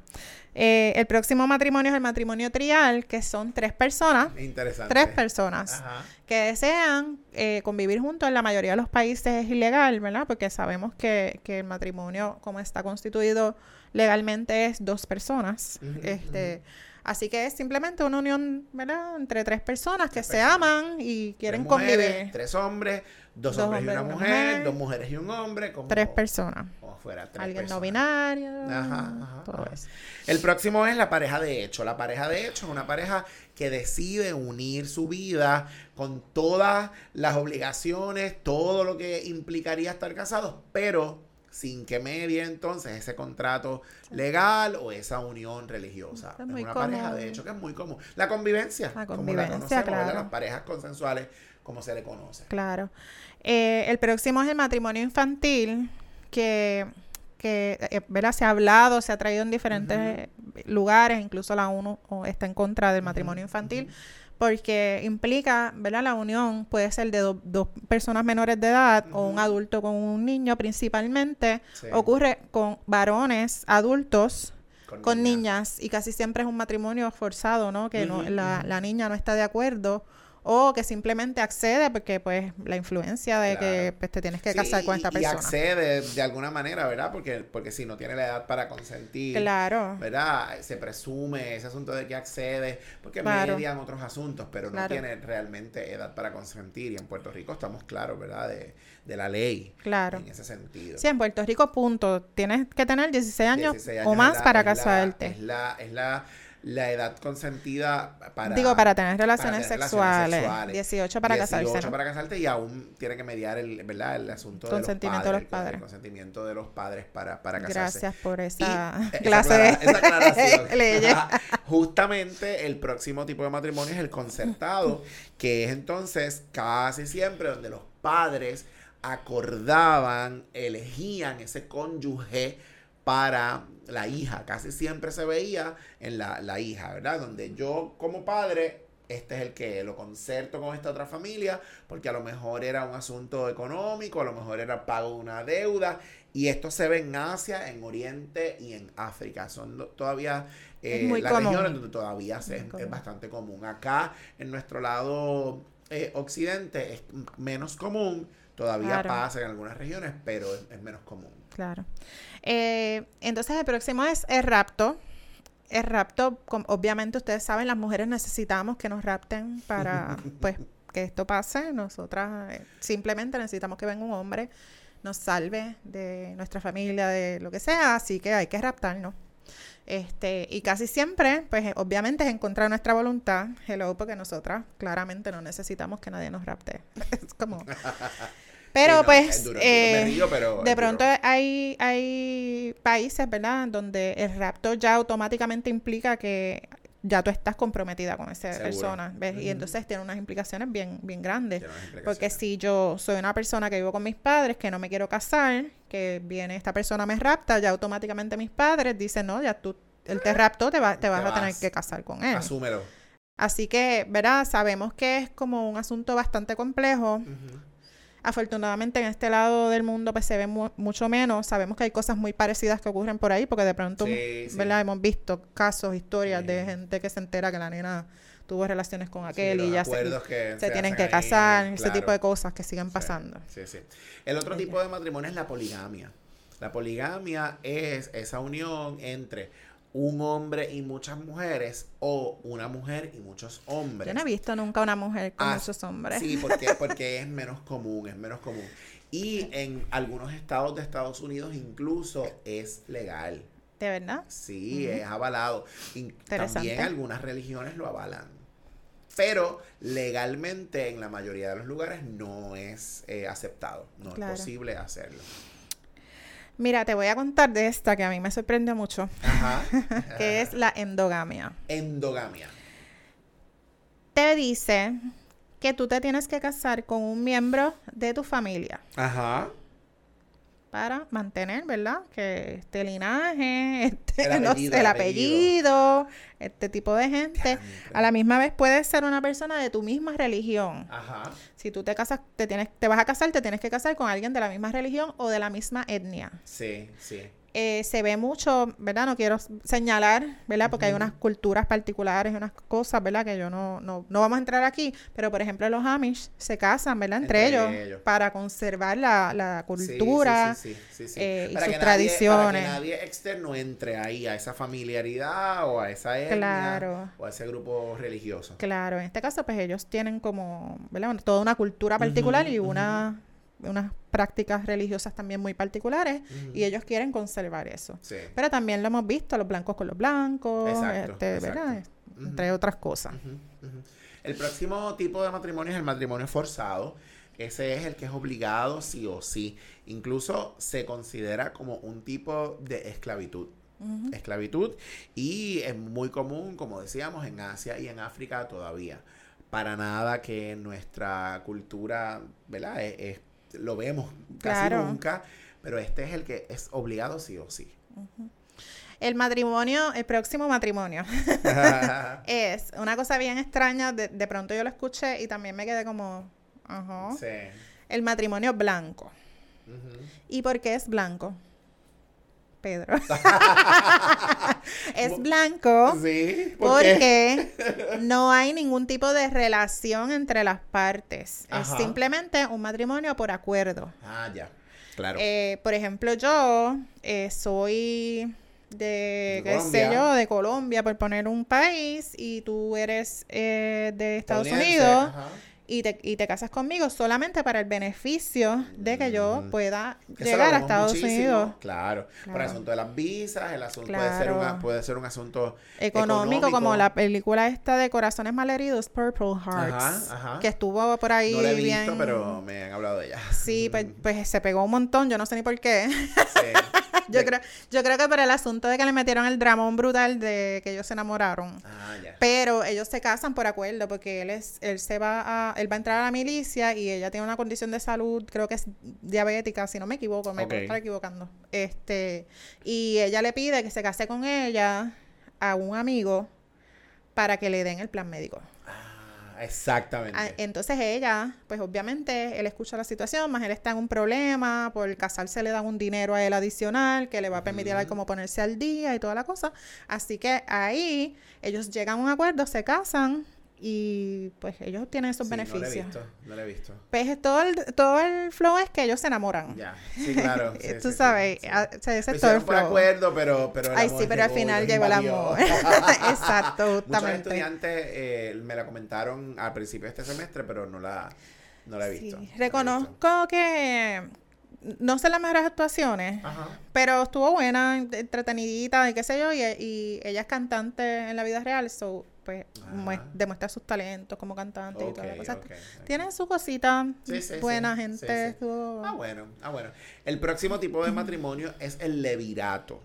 Speaker 2: Eh, el próximo matrimonio es el matrimonio trial, que son tres personas,
Speaker 1: Interesante.
Speaker 2: tres personas.
Speaker 1: Ajá.
Speaker 2: que desean eh, convivir juntos en la mayoría de los países es ilegal, ¿verdad? Porque sabemos que, que el matrimonio, como está constituido legalmente, es dos personas.
Speaker 1: Ujú,
Speaker 2: este, Así que es simplemente una unión, ¿verdad? Entre tres personas que
Speaker 1: Tres
Speaker 2: se
Speaker 1: personas.
Speaker 2: aman y quieren
Speaker 1: Tres mujeres,
Speaker 2: convivir.
Speaker 1: Tres hombres, dos,
Speaker 2: Dos
Speaker 1: hombres, y una
Speaker 2: hombres, una
Speaker 1: mujer,
Speaker 2: mujer.
Speaker 1: dos mujeres y un hombre. Como,
Speaker 2: Tres personas.
Speaker 1: como fuera, tres
Speaker 2: Alguien no
Speaker 1: personas.
Speaker 2: binario.
Speaker 1: Ajá, ajá,
Speaker 2: Mm, todo
Speaker 1: ajá.
Speaker 2: eso.
Speaker 1: El próximo es la pareja de hecho. La pareja de hecho es una pareja que decide unir su vida con todas las obligaciones, todo lo que implicaría estar casados, pero sin que medie entonces ese contrato legal o esa unión religiosa.
Speaker 2: Está
Speaker 1: Es
Speaker 2: muy
Speaker 1: una pareja de
Speaker 2: común.
Speaker 1: hecho que es muy común. La convivencia.
Speaker 2: La
Speaker 1: como
Speaker 2: convivencia,
Speaker 1: conocemos, ¿verdad?
Speaker 2: claro.
Speaker 1: Las parejas consensuales, como se le conoce.
Speaker 2: Claro. Eh, el próximo es el matrimonio infantil, que, que eh, ¿verdad? se ha hablado, se ha traído en diferentes eh, lugares, incluso la ONU o- está en contra del matrimonio infantil, porque implica, ¿verdad? La unión puede ser de do- dos personas menores de edad o un
Speaker 1: Ujú.
Speaker 2: adulto con un niño principalmente.
Speaker 1: Sí,
Speaker 2: Ocurre con varones adultos con
Speaker 1: niñas.
Speaker 2: niñas y casi siempre es un matrimonio forzado, ¿no? Que no,
Speaker 1: Ujú,
Speaker 2: la,
Speaker 1: ujú.
Speaker 2: la niña no está de acuerdo o que simplemente accede porque pues la influencia de que
Speaker 1: Claro.
Speaker 2: pues, te tienes que
Speaker 1: Sí,
Speaker 2: casar con
Speaker 1: y-
Speaker 2: esta
Speaker 1: y
Speaker 2: persona.
Speaker 1: accede de alguna manera, ¿verdad? Porque, porque si no tiene la edad para consentir.
Speaker 2: Claro.
Speaker 1: ¿verdad? Se presume ese asunto de que accede, porque
Speaker 2: Claro.
Speaker 1: median otros asuntos, pero no
Speaker 2: Claro.
Speaker 1: tiene realmente edad para consentir. Y en Puerto Rico estamos claros, ¿verdad? De, de la ley
Speaker 2: Claro.
Speaker 1: en ese sentido.
Speaker 2: Sí, en Puerto Rico, punto. Tienes que tener 16 años,
Speaker 1: 16
Speaker 2: o
Speaker 1: es
Speaker 2: más
Speaker 1: la-
Speaker 2: para
Speaker 1: es la-
Speaker 2: casarte.
Speaker 1: Es la, es la, la edad consentida para.
Speaker 2: Digo, para tener
Speaker 1: tener
Speaker 2: relaciones
Speaker 1: relaciones
Speaker 2: sexuales.
Speaker 1: sexuales.
Speaker 2: 18 para
Speaker 1: 18
Speaker 2: casarse. ¿no?
Speaker 1: para casarte y aún tiene que mediar el, ¿verdad? el asunto
Speaker 2: Consentimiento de
Speaker 1: de
Speaker 2: los
Speaker 1: los padres. el-
Speaker 2: padres.
Speaker 1: El consentimiento de los padres para, para casarse.
Speaker 2: Gracias por
Speaker 1: Y eh,
Speaker 2: esa
Speaker 1: esa
Speaker 2: clase
Speaker 1: aclara- esa
Speaker 2: de
Speaker 1: aclaración.
Speaker 2: leyes.
Speaker 1: Justamente el próximo tipo de matrimonio es el concertado, que es entonces casi siempre donde los padres acordaban, elegían ese cónyuge para la hija. Casi siempre se veía en la, la hija, ¿verdad? Donde yo como padre, este es el que lo concerto con esta otra familia, porque a lo mejor era un asunto económico, a lo mejor era pago de una deuda, y esto se ve en Asia, en Oriente y en África. Son lo- todavía
Speaker 2: Es
Speaker 1: eh,
Speaker 2: muy
Speaker 1: las
Speaker 2: común.
Speaker 1: regiones donde todavía se-
Speaker 2: Muy
Speaker 1: es, es
Speaker 2: común.
Speaker 1: bastante común. Acá, en nuestro lado eh, occidente, es m- menos común. Todavía
Speaker 2: Claro.
Speaker 1: pasa en algunas regiones, pero es, es menos común.
Speaker 2: Claro. Eh, entonces el próximo es el rapto. El rapto, com- obviamente ustedes saben, las mujeres necesitamos que nos rapten para pues que esto pase. Nosotras eh, simplemente necesitamos que venga un hombre, nos salve de nuestra familia, de lo que sea, así que hay que raptarnos. Este, y casi siempre, pues eh, obviamente es en contra de nuestra voluntad, hello, porque nosotras claramente no necesitamos que nadie nos rapte. es como... Pero
Speaker 1: Sí, no,
Speaker 2: pues...
Speaker 1: es duro, es duro.
Speaker 2: eh,
Speaker 1: Me río, pero
Speaker 2: de
Speaker 1: es duro.
Speaker 2: pronto hay, hay países, ¿verdad?, donde el rapto ya automáticamente implica que ya tú estás comprometida con esa
Speaker 1: Seguro.
Speaker 2: persona, ¿ves? Y
Speaker 1: Ujú.
Speaker 2: entonces tiene unas implicaciones bien, bien grandes.
Speaker 1: Tiene unas
Speaker 2: Porque
Speaker 1: implicaciones.
Speaker 2: si yo soy una persona que vivo con mis padres, que no me quiero casar, que viene esta persona me rapta, ya automáticamente mis padres dicen, no, ya tú, él te raptó, te, va- te
Speaker 1: Te
Speaker 2: vas a tener
Speaker 1: vas.
Speaker 2: que casar con él.
Speaker 1: Asúmelo.
Speaker 2: Así que, ¿verdad? Sabemos que es como un asunto bastante complejo.
Speaker 1: Ujú.
Speaker 2: Afortunadamente en este lado del mundo pues se ve mu- mucho menos. Sabemos que hay cosas muy parecidas que ocurren por ahí porque de pronto, mm,
Speaker 1: Sí, sí.
Speaker 2: ¿verdad? Hemos visto casos, historias de
Speaker 1: Sí.
Speaker 2: gente que se entera que la nena tuvo relaciones con aquel
Speaker 1: Sí,
Speaker 2: y
Speaker 1: los
Speaker 2: ya se,
Speaker 1: acuerdos que
Speaker 2: se tienen
Speaker 1: hacen
Speaker 2: que
Speaker 1: ahí,
Speaker 2: casar, ese
Speaker 1: claro.
Speaker 2: tipo de cosas que siguen
Speaker 1: Sí,
Speaker 2: pasando.
Speaker 1: Sí, sí. El otro tipo de matrimonio es la poligamia. La poligamia es esa unión entre un hombre y muchas mujeres o una mujer y muchos hombres.
Speaker 2: Yo no he visto nunca una mujer con
Speaker 1: Ah,
Speaker 2: muchos hombres.
Speaker 1: Sí, porque, porque es menos común, es menos común. Y en algunos estados de Estados Unidos incluso es legal.
Speaker 2: ¿De verdad?
Speaker 1: Sí,
Speaker 2: Ujú.
Speaker 1: es avalado. Y
Speaker 2: Interesante.
Speaker 1: también algunas religiones lo avalan. Pero legalmente en la mayoría de los lugares no es eh, aceptado, no
Speaker 2: Claro.
Speaker 1: es posible hacerlo.
Speaker 2: Mira, te voy a contar de esta que a mí me sorprendió mucho,
Speaker 1: Ajá.
Speaker 2: que es la endogamia.
Speaker 1: Endogamia.
Speaker 2: Te dice que tú te tienes que casar con un miembro de tu familia.
Speaker 1: Ajá.
Speaker 2: para mantener, ¿verdad? Que este linaje, este,
Speaker 1: El
Speaker 2: no
Speaker 1: apellido,
Speaker 2: sé, el
Speaker 1: el
Speaker 2: apellido, este tipo de gente. A la misma vez puedes ser una persona de tu misma religión.
Speaker 1: Ajá.
Speaker 2: Si tú te casas, te tienes, te vas a casar, te tienes que casar con alguien de la misma religión o de la misma etnia.
Speaker 1: Sí, sí.
Speaker 2: eh, se ve mucho, ¿verdad? No quiero señalar, ¿verdad? Porque hay unas culturas particulares, unas cosas, ¿verdad? Que yo no, no, no vamos a entrar aquí, pero por ejemplo los Amish se casan, ¿verdad? Entre,
Speaker 1: Entre
Speaker 2: ellos,
Speaker 1: ellos.
Speaker 2: para conservar la, la
Speaker 1: Sí, sí,
Speaker 2: cultura.
Speaker 1: sí, sí, sí, sí.
Speaker 2: eh, y
Speaker 1: Para
Speaker 2: sus
Speaker 1: que nadie-
Speaker 2: tradiciones.
Speaker 1: para que nadie externo entre ahí a esa familiaridad o a esa etnia
Speaker 2: Claro.
Speaker 1: o a ese grupo religioso.
Speaker 2: Claro, en este caso pues ellos tienen como, ¿verdad? Una- Toda una cultura particular
Speaker 1: Ujú,
Speaker 2: y
Speaker 1: ujú.
Speaker 2: una, unas prácticas religiosas también muy particulares
Speaker 1: Ujú.
Speaker 2: y ellos quieren conservar eso.
Speaker 1: Sí.
Speaker 2: Pero también lo hemos visto, los blancos con los blancos,
Speaker 1: Exacto,
Speaker 2: este, ¿verdad?
Speaker 1: exacto. Ujú.
Speaker 2: Entre otras cosas.
Speaker 1: Ujú, ujú. El próximo tipo de matrimonio es el matrimonio forzado. Ese es el que es obligado sí o sí. Incluso se considera como un tipo de esclavitud.
Speaker 2: Ujú.
Speaker 1: Esclavitud y es muy común, como decíamos, en Asia y en África todavía. Para nada que nuestra cultura, ¿verdad? Es- es- lo vemos casi
Speaker 2: Claro.
Speaker 1: nunca, pero este es el que es obligado sí o sí.
Speaker 2: El matrimonio, el próximo matrimonio, es una cosa bien extraña. De, de pronto yo lo escuché y también me quedé como, ajá.
Speaker 1: Sí.
Speaker 2: El matrimonio blanco.
Speaker 1: Ujú.
Speaker 2: ¿Y por qué es blanco? Pedro. es
Speaker 1: Bu-
Speaker 2: blanco
Speaker 1: Sí, ¿por qué?
Speaker 2: porque no hay ningún tipo de relación entre las partes.
Speaker 1: Ajá.
Speaker 2: Es simplemente un matrimonio por acuerdo.
Speaker 1: Ah, ya. Claro.
Speaker 2: Eh, por ejemplo, yo eh, soy de,
Speaker 1: De
Speaker 2: qué sé
Speaker 1: Colombia.
Speaker 2: yo, de Colombia, por poner un país, y tú eres eh, de Estados
Speaker 1: Estadounidense,
Speaker 2: Unidos
Speaker 1: ajá.
Speaker 2: y te, y te casas conmigo solamente para el beneficio de que yo
Speaker 1: Mm.
Speaker 2: pueda
Speaker 1: Que eso lo
Speaker 2: llegar a
Speaker 1: vemos
Speaker 2: Estados
Speaker 1: muchísimo,
Speaker 2: Unidos.
Speaker 1: Claro. Por
Speaker 2: Claro.
Speaker 1: el asunto de las visas, el asunto puede, ser un,
Speaker 2: Claro.
Speaker 1: a- puede ser un asunto
Speaker 2: Económico, como la película esta de Corazones Malheridos, Purple Hearts,
Speaker 1: Ajá, ajá.
Speaker 2: que estuvo por ahí
Speaker 1: No la he visto,
Speaker 2: bien...
Speaker 1: pero Mm. me han hablado de ella.
Speaker 2: Sí, pues, pues se pegó un montón, yo no sé ni por qué.
Speaker 1: Sí.
Speaker 2: Yo
Speaker 1: De-
Speaker 2: creo, yo creo que para el asunto de que le metieron el dramón brutal de que ellos se enamoraron.
Speaker 1: Ah, ya.
Speaker 2: Pero ellos se casan por acuerdo porque él es, él se va a, él va a entrar a la milicia y ella tiene una condición de salud, creo que es diabética, si no me equivoco, me puedo
Speaker 1: Ok.
Speaker 2: estar equivocando. Este, y ella le pide que se case con ella a un amigo para que le den el plan médico.
Speaker 1: Ah, exactamente.
Speaker 2: Ah, Entonces ella, pues obviamente, él escucha la situación, más él está en un problema, por casarse le dan un dinero a él adicional que le va a permitir a él
Speaker 1: Ujú.
Speaker 2: como ponerse al día y toda la cosa. Así que ahí ellos llegan a un acuerdo, se casan y pues ellos tienen esos
Speaker 1: Sí, No la he
Speaker 2: beneficios.
Speaker 1: visto, no la he visto.
Speaker 2: pues todo el, todo el flow es que ellos se enamoran. Eh,
Speaker 1: Ya. Sí, claro. sí,
Speaker 2: Tú
Speaker 1: sí, sí,
Speaker 2: sabes,
Speaker 1: sí.
Speaker 2: a- o sea, ese
Speaker 1: Lo
Speaker 2: es todo el
Speaker 1: hicieron por
Speaker 2: flow.
Speaker 1: acuerdo, pero, pero el
Speaker 2: Ay,
Speaker 1: amor
Speaker 2: sí, pero al
Speaker 1: llegó y
Speaker 2: final
Speaker 1: los
Speaker 2: llegó el
Speaker 1: invadió.
Speaker 2: amor. Exacto,
Speaker 1: Muchos
Speaker 2: justamente.
Speaker 1: estudiantes eh, me la comentaron al principio de este semestre, pero no la, no la he visto.
Speaker 2: Sí,
Speaker 1: no la he visto.
Speaker 2: Reconozco que no sé las mejores actuaciones,
Speaker 1: Ajá.
Speaker 2: pero estuvo buena, ent- entretenidita y qué sé yo, y, y ella es cantante en la vida real, so pues mue-
Speaker 1: Ajá.
Speaker 2: demuestra sus talentos como cantante y toda la
Speaker 1: Ok,
Speaker 2: cosa.
Speaker 1: ok, ok.
Speaker 2: Tienen su cosita,
Speaker 1: Sí, sí,
Speaker 2: buena
Speaker 1: sí,
Speaker 2: gente,
Speaker 1: sí, sí.
Speaker 2: estuvo-
Speaker 1: Ah, bueno, ah, bueno. El próximo tipo de matrimonio es el levirato.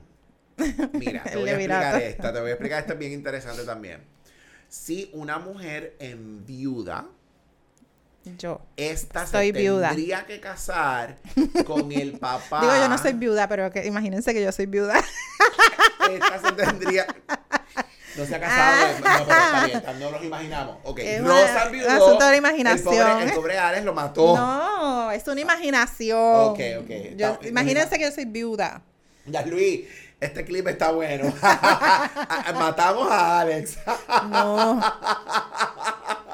Speaker 1: Mira, te
Speaker 2: El
Speaker 1: voy
Speaker 2: levirato.
Speaker 1: a explicar esta, te voy a explicar esta es bien interesante también. Si una mujer en viuda,
Speaker 2: yo.
Speaker 1: esta
Speaker 2: Soy
Speaker 1: se
Speaker 2: viuda.
Speaker 1: tendría que casar con el papá.
Speaker 2: Digo, yo no soy viuda, pero que, imagínense que yo soy viuda.
Speaker 1: Esta se tendría. No se ha casado. No, pero está bien, está- no los imaginamos. Ok,
Speaker 2: Ah. Es una-
Speaker 1: Rosa
Speaker 2: un
Speaker 1: viudó, el
Speaker 2: asunto de la
Speaker 1: pobre- El
Speaker 2: imaginación. ¿eh?
Speaker 1: pobre, Ares lo mató.
Speaker 2: No, es una imaginación.
Speaker 1: Oh. Ok, ok,
Speaker 2: Yo-
Speaker 1: está-
Speaker 2: imagínense que yo soy viuda.
Speaker 1: Ya, Luis, este clip está bueno. Matamos a Alex.
Speaker 2: No.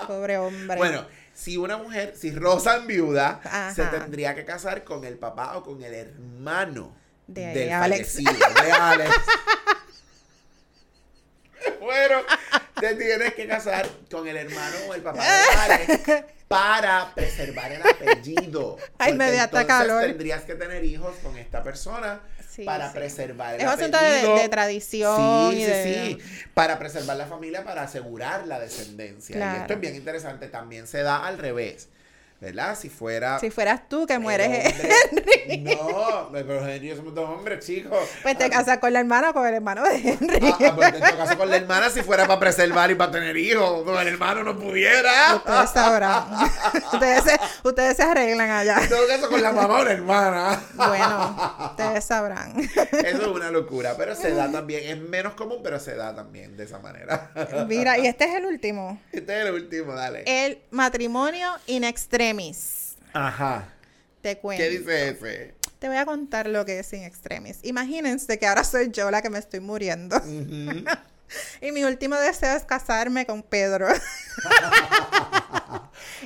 Speaker 2: Pobre hombre.
Speaker 1: Bueno, si una mujer, si Rosa en viuda,
Speaker 2: Ajá.
Speaker 1: se tendría que casar con el papá o con el hermano
Speaker 2: De
Speaker 1: del
Speaker 2: Alex.
Speaker 1: fallecido, de Alex. bueno, te tienes que casar con el hermano o el papá de Alex para preservar el apellido.
Speaker 2: Ay, me
Speaker 1: Porque
Speaker 2: dio hasta
Speaker 1: entonces
Speaker 2: calor.
Speaker 1: Tendrías que tener hijos con esta persona
Speaker 2: Sí,
Speaker 1: para
Speaker 2: sí.
Speaker 1: preservar el
Speaker 2: Es un asunto de-
Speaker 1: apellido.
Speaker 2: de tradición
Speaker 1: Sí,
Speaker 2: y
Speaker 1: sí,
Speaker 2: de-
Speaker 1: sí. Para preservar la familia, para asegurar la descendencia. Y esto
Speaker 2: Claro.
Speaker 1: es bien interesante. También se da al revés. ¿Verdad? Si fuera.
Speaker 2: Si fueras tú que
Speaker 1: el
Speaker 2: mueres, eh,
Speaker 1: hombre- No, pero Henry somos dos hombres, chicos.
Speaker 2: pues te casas con la hermana o con el hermano de Henry.
Speaker 1: Ah, ah, pues, en todo caso con la hermana si fuera para preservar y para tener hijos, con el hermano no pudiera.
Speaker 2: Ustedes sabrán. ustedes, se, ustedes se arreglan allá.
Speaker 1: En todo caso con la mamá o la hermana.
Speaker 2: Bueno, ustedes sabrán.
Speaker 1: Eso es una locura, pero se da también, es menos común, pero se da también de esa manera.
Speaker 2: Mira, y este es el último.
Speaker 1: Este es el último, dale.
Speaker 2: El matrimonio in extremis.
Speaker 1: Ajá.
Speaker 2: Te cuento.
Speaker 1: ¿Qué dice ese?
Speaker 2: Te voy a contar lo que es Sin Extremis. Imagínense que ahora soy yo la que me estoy muriendo.
Speaker 1: Ujú.
Speaker 2: Y mi último deseo es casarme con Pedro.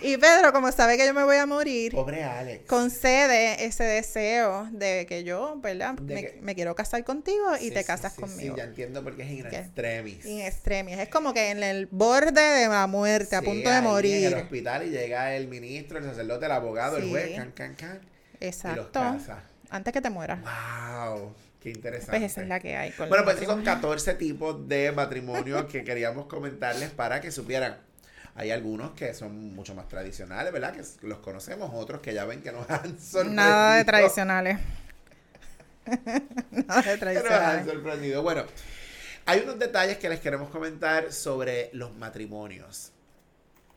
Speaker 2: y Pedro, como sabe que yo me voy a morir,
Speaker 1: Pobre Alex.
Speaker 2: concede ese deseo de que yo, ¿verdad?
Speaker 1: De
Speaker 2: Me,
Speaker 1: que-
Speaker 2: me quiero casar contigo y
Speaker 1: Sí,
Speaker 2: te
Speaker 1: sí,
Speaker 2: casas
Speaker 1: sí,
Speaker 2: conmigo.
Speaker 1: Sí, ya entiendo porque es in
Speaker 2: ¿Qué?
Speaker 1: extremis.
Speaker 2: In extremis. Es como que en el borde de la muerte, a
Speaker 1: Sí,
Speaker 2: punto de
Speaker 1: ahí En el
Speaker 2: morir.
Speaker 1: hospital y llega el ministro, el sacerdote, el abogado, el
Speaker 2: Sí.
Speaker 1: juez, can, can, can. Y los
Speaker 2: Exacto.
Speaker 1: casa.
Speaker 2: Antes que te mueras.
Speaker 1: ¡Wow! ¡Qué interesante!
Speaker 2: Pues esa es la que hay. con
Speaker 1: Bueno,
Speaker 2: los
Speaker 1: pues esos son
Speaker 2: matrimonios.
Speaker 1: 14 tipos de matrimonios que queríamos comentarles para que supieran. Hay algunos que son mucho más tradicionales, ¿verdad? Que s- los conocemos, otros que ya ven que nos han sorprendido.
Speaker 2: Nada de tradicionales.
Speaker 1: Que
Speaker 2: Nada de
Speaker 1: nos han
Speaker 2: tradicionales.
Speaker 1: sorprendido. Bueno, hay unos detalles que les queremos comentar sobre los matrimonios.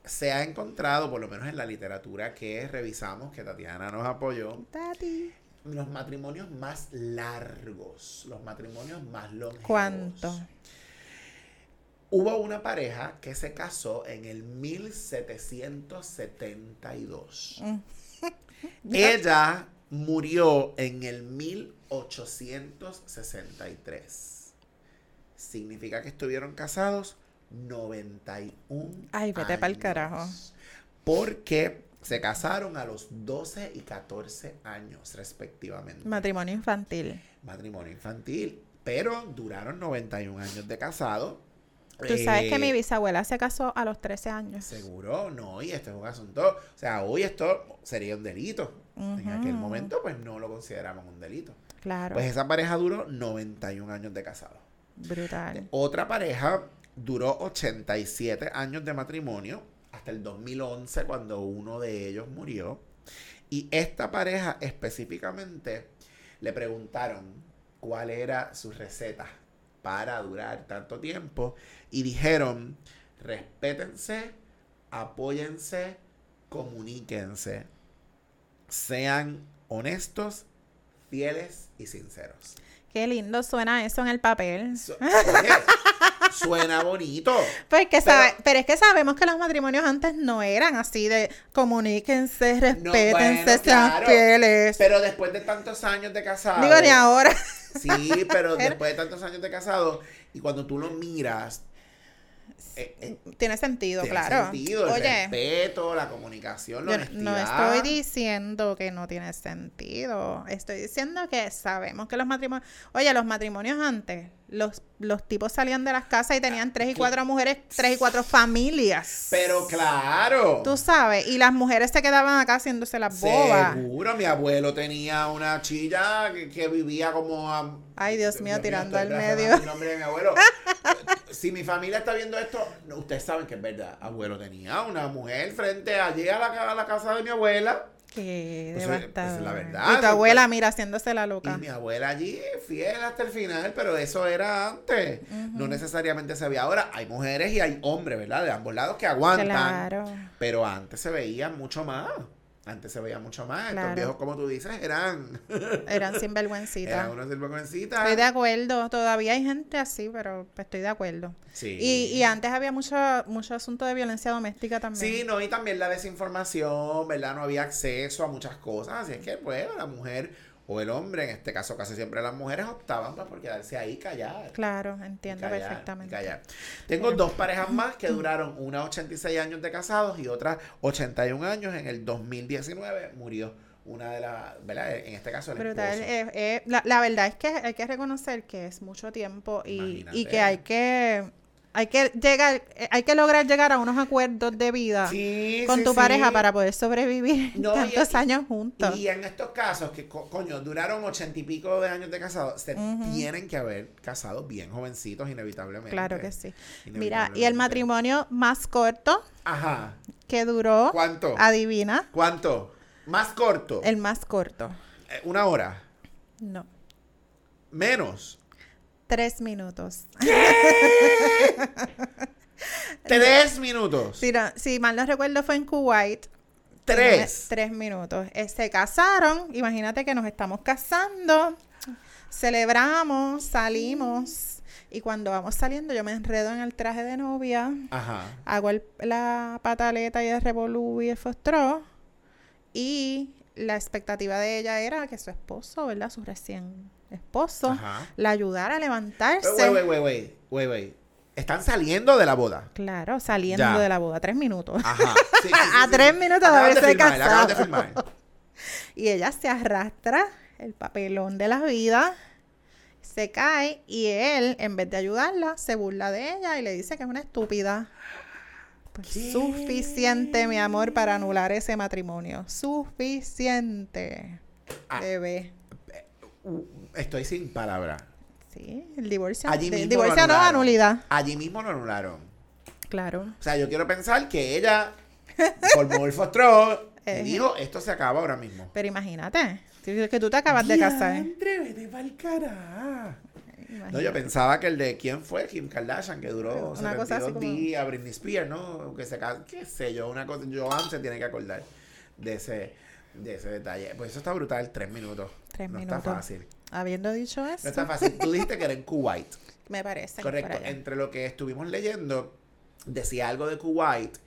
Speaker 1: Se ha encontrado, por lo menos en la literatura que revisamos, que Tatiana nos apoyó,
Speaker 2: Tati.
Speaker 1: los matrimonios más largos, los matrimonios más longevos.
Speaker 2: ¿Cuánto?
Speaker 1: Hubo una pareja que se casó en el 1772.
Speaker 2: Mm.
Speaker 1: Ella murió en el 1863. Significa que estuvieron casados 91
Speaker 2: Ay, vete pa'l
Speaker 1: años.
Speaker 2: carajo.
Speaker 1: Porque se casaron a los 12 y 14 años respectivamente.
Speaker 2: Matrimonio infantil.
Speaker 1: Matrimonio infantil. Pero duraron 91 años de casado.
Speaker 2: Tú sabes que
Speaker 1: Eh,
Speaker 2: mi bisabuela se casó a los 13 años.
Speaker 1: Seguro, no, y esto es un asunto. O sea, hoy esto sería un delito. En aquel
Speaker 2: Ujú.
Speaker 1: momento, pues no lo consideraban un delito.
Speaker 2: Claro.
Speaker 1: Pues esa pareja duró 91 años de casado.
Speaker 2: brutal.
Speaker 1: Otra pareja duró 87 años de matrimonio, hasta el 2011, cuando uno de ellos murió. Y esta pareja específicamente le preguntaron cuál era su receta para durar tanto tiempo. Y dijeron, respétense, apóyense, comuníquense, sean honestos, fieles y sinceros.
Speaker 2: Qué lindo suena eso en el papel.
Speaker 1: Su- oye, suena bonito.
Speaker 2: Pues que
Speaker 1: Pero-
Speaker 2: sabe- pero, es que sabemos que los matrimonios antes no eran así de comuníquense,
Speaker 1: No,
Speaker 2: respétense,
Speaker 1: bueno,
Speaker 2: sean
Speaker 1: claro,
Speaker 2: fieles.
Speaker 1: Pero después de tantos años de casado.
Speaker 2: Digo, ni ahora.
Speaker 1: Sí, pero después de tantos años de casado, y cuando tú lo miras, eh, eh,
Speaker 2: Tiene sentido,
Speaker 1: tiene
Speaker 2: claro.
Speaker 1: sentido, el
Speaker 2: Oye,
Speaker 1: respeto, la comunicación, la
Speaker 2: yo no
Speaker 1: honestidad.
Speaker 2: estoy diciendo que no tiene sentido. Estoy diciendo que sabemos que los matrimonios. Oye, los matrimonios antes, los, los tipos salían de las casas y tenían tres y cuatro mujeres, tres y cuatro familias.
Speaker 1: Pero claro.
Speaker 2: Tú sabes, y las mujeres se quedaban acá haciéndose las bobas.
Speaker 1: Seguro, mi abuelo tenía una chilla que, que vivía como a-
Speaker 2: Ay, Dios mío, tirando
Speaker 1: estoy
Speaker 2: al
Speaker 1: tratando
Speaker 2: medio.
Speaker 1: el nombre de mi abuelo. si mi familia está viendo esto, no, ustedes saben que es verdad. Abuelo tenía una mujer frente allí a la, ca- a la casa de mi abuela.
Speaker 2: Qué
Speaker 1: Pues, eh, pues,
Speaker 2: devastador.
Speaker 1: la verdad,
Speaker 2: Y tu
Speaker 1: eso-
Speaker 2: abuela, mira, haciéndose la
Speaker 1: Y
Speaker 2: loca.
Speaker 1: mi abuela allí, fiel hasta el final, pero eso era antes. No necesariamente se veía ahora. Hay mujeres y hay hombres, ¿verdad? De ambos lados que aguantan.
Speaker 2: Claro.
Speaker 1: Pero antes se veía mucho más. Antes se veía mucho más.
Speaker 2: Claro.
Speaker 1: Estos viejos, como tú dices, eran,
Speaker 2: Eran
Speaker 1: eran
Speaker 2: sinvergüencitas.
Speaker 1: unos
Speaker 2: Estoy
Speaker 1: sinvergüencitas.
Speaker 2: de acuerdo. Todavía hay gente así, pero estoy de acuerdo.
Speaker 1: Sí.
Speaker 2: Y, y antes había mucho, mucho asunto de violencia doméstica también.
Speaker 1: Sí, no, y también la desinformación, ¿verdad? No había acceso a muchas cosas, así es que, pues, la mujer o el hombre, en este caso casi siempre las mujeres, optaban pues, por quedarse ahí calladas.
Speaker 2: Claro, entiendo
Speaker 1: callar,
Speaker 2: perfectamente.
Speaker 1: callar. Tengo dos parejas más que duraron una 86 años de casados y otra 81 años. En el 2019 murió una de las, ¿verdad? En este caso el
Speaker 2: Brutal.
Speaker 1: esposo.
Speaker 2: eh, eh, la, la verdad es que hay que reconocer que es mucho tiempo y, y
Speaker 1: Imagínate.
Speaker 2: que hay que hay que llegar, eh, hay que lograr llegar a unos acuerdos de vida
Speaker 1: Sí,
Speaker 2: con
Speaker 1: sí,
Speaker 2: tu
Speaker 1: sí.
Speaker 2: pareja para poder sobrevivir
Speaker 1: No, y-
Speaker 2: tantos
Speaker 1: y-
Speaker 2: años juntos.
Speaker 1: Y en estos casos que, co- coño, duraron ochenta y pico de años de casados, se
Speaker 2: Ujú.
Speaker 1: tienen que haber casado bien jovencitos, inevitablemente.
Speaker 2: Claro que sí. Mira, y el matrimonio más corto
Speaker 1: Ajá.
Speaker 2: que duró,
Speaker 1: ¿Cuánto?
Speaker 2: adivina,
Speaker 1: ¿Cuánto? Más corto.
Speaker 2: el más corto.
Speaker 1: Eh, Una hora.
Speaker 2: No,
Speaker 1: Menos.
Speaker 2: tres minutos.
Speaker 1: Tres minutos.
Speaker 2: Si, no- si mal no recuerdo, fue en Kuwait.
Speaker 1: Tres.
Speaker 2: Tres minutos. Eh, se casaron. Imagínate que nos estamos casando. Celebramos, salimos. Y cuando vamos saliendo, yo me enredo en el traje de novia.
Speaker 1: Ajá.
Speaker 2: Hago el- la pataleta y el revolú y el fostró. Y la expectativa de ella era que su esposo, ¿verdad? Su recién esposo,
Speaker 1: Ajá.
Speaker 2: la ayudara a levantarse.
Speaker 1: Pero, Wait, wait, wait, wait, wait, wait. Están saliendo de la boda.
Speaker 2: Claro, saliendo
Speaker 1: Ya.
Speaker 2: de la boda, tres minutos.
Speaker 1: Ajá. Sí, sí, sí,
Speaker 2: A
Speaker 1: sí.
Speaker 2: tres minutos de
Speaker 1: Acaban
Speaker 2: haberse
Speaker 1: firmar, acaban de
Speaker 2: casado.
Speaker 1: firmar.
Speaker 2: Y ella se arrastra, el papelón de la vida, se cae y él, en vez de ayudarla, se burla de ella y le dice que es una estúpida. Pues
Speaker 1: ¿Qué?
Speaker 2: suficiente, mi amor, para anular ese matrimonio. Suficiente.
Speaker 1: Ah.
Speaker 2: Bebé.
Speaker 1: Uh, Estoy sin palabra.
Speaker 2: Sí, el divorcio.
Speaker 1: Allí
Speaker 2: de-
Speaker 1: mismo
Speaker 2: divorcio
Speaker 1: lo
Speaker 2: no,
Speaker 1: anularon.
Speaker 2: anulidad.
Speaker 1: Allí mismo lo anularon.
Speaker 2: Claro.
Speaker 1: O sea, yo quiero pensar que ella, por Morfostró,
Speaker 2: Eh.
Speaker 1: dijo, esto se acaba ahora mismo.
Speaker 2: Pero imagínate, si- que tú te acabas de casar.
Speaker 1: Diantre, vete pa'l carajo. No,
Speaker 2: Imagínate.
Speaker 1: yo pensaba que el de quién fue Kim Kardashian, que duró
Speaker 2: Una cosa
Speaker 1: 72
Speaker 2: así como-
Speaker 1: días, Britney Spears, ¿no? Que se ca- qué sé yo, una cosa. Joan se tiene que acordar de ese, de ese detalle. Pues eso está brutal, tres minutos.
Speaker 2: Tres
Speaker 1: no
Speaker 2: minutos.
Speaker 1: está fácil.
Speaker 2: Habiendo dicho
Speaker 1: No
Speaker 2: eso,
Speaker 1: está fácil. Tú dijiste que era en Kuwait.
Speaker 2: me parece. que para
Speaker 1: Correcto.
Speaker 2: allá.
Speaker 1: Entre lo que estuvimos leyendo, decía algo de Kuwait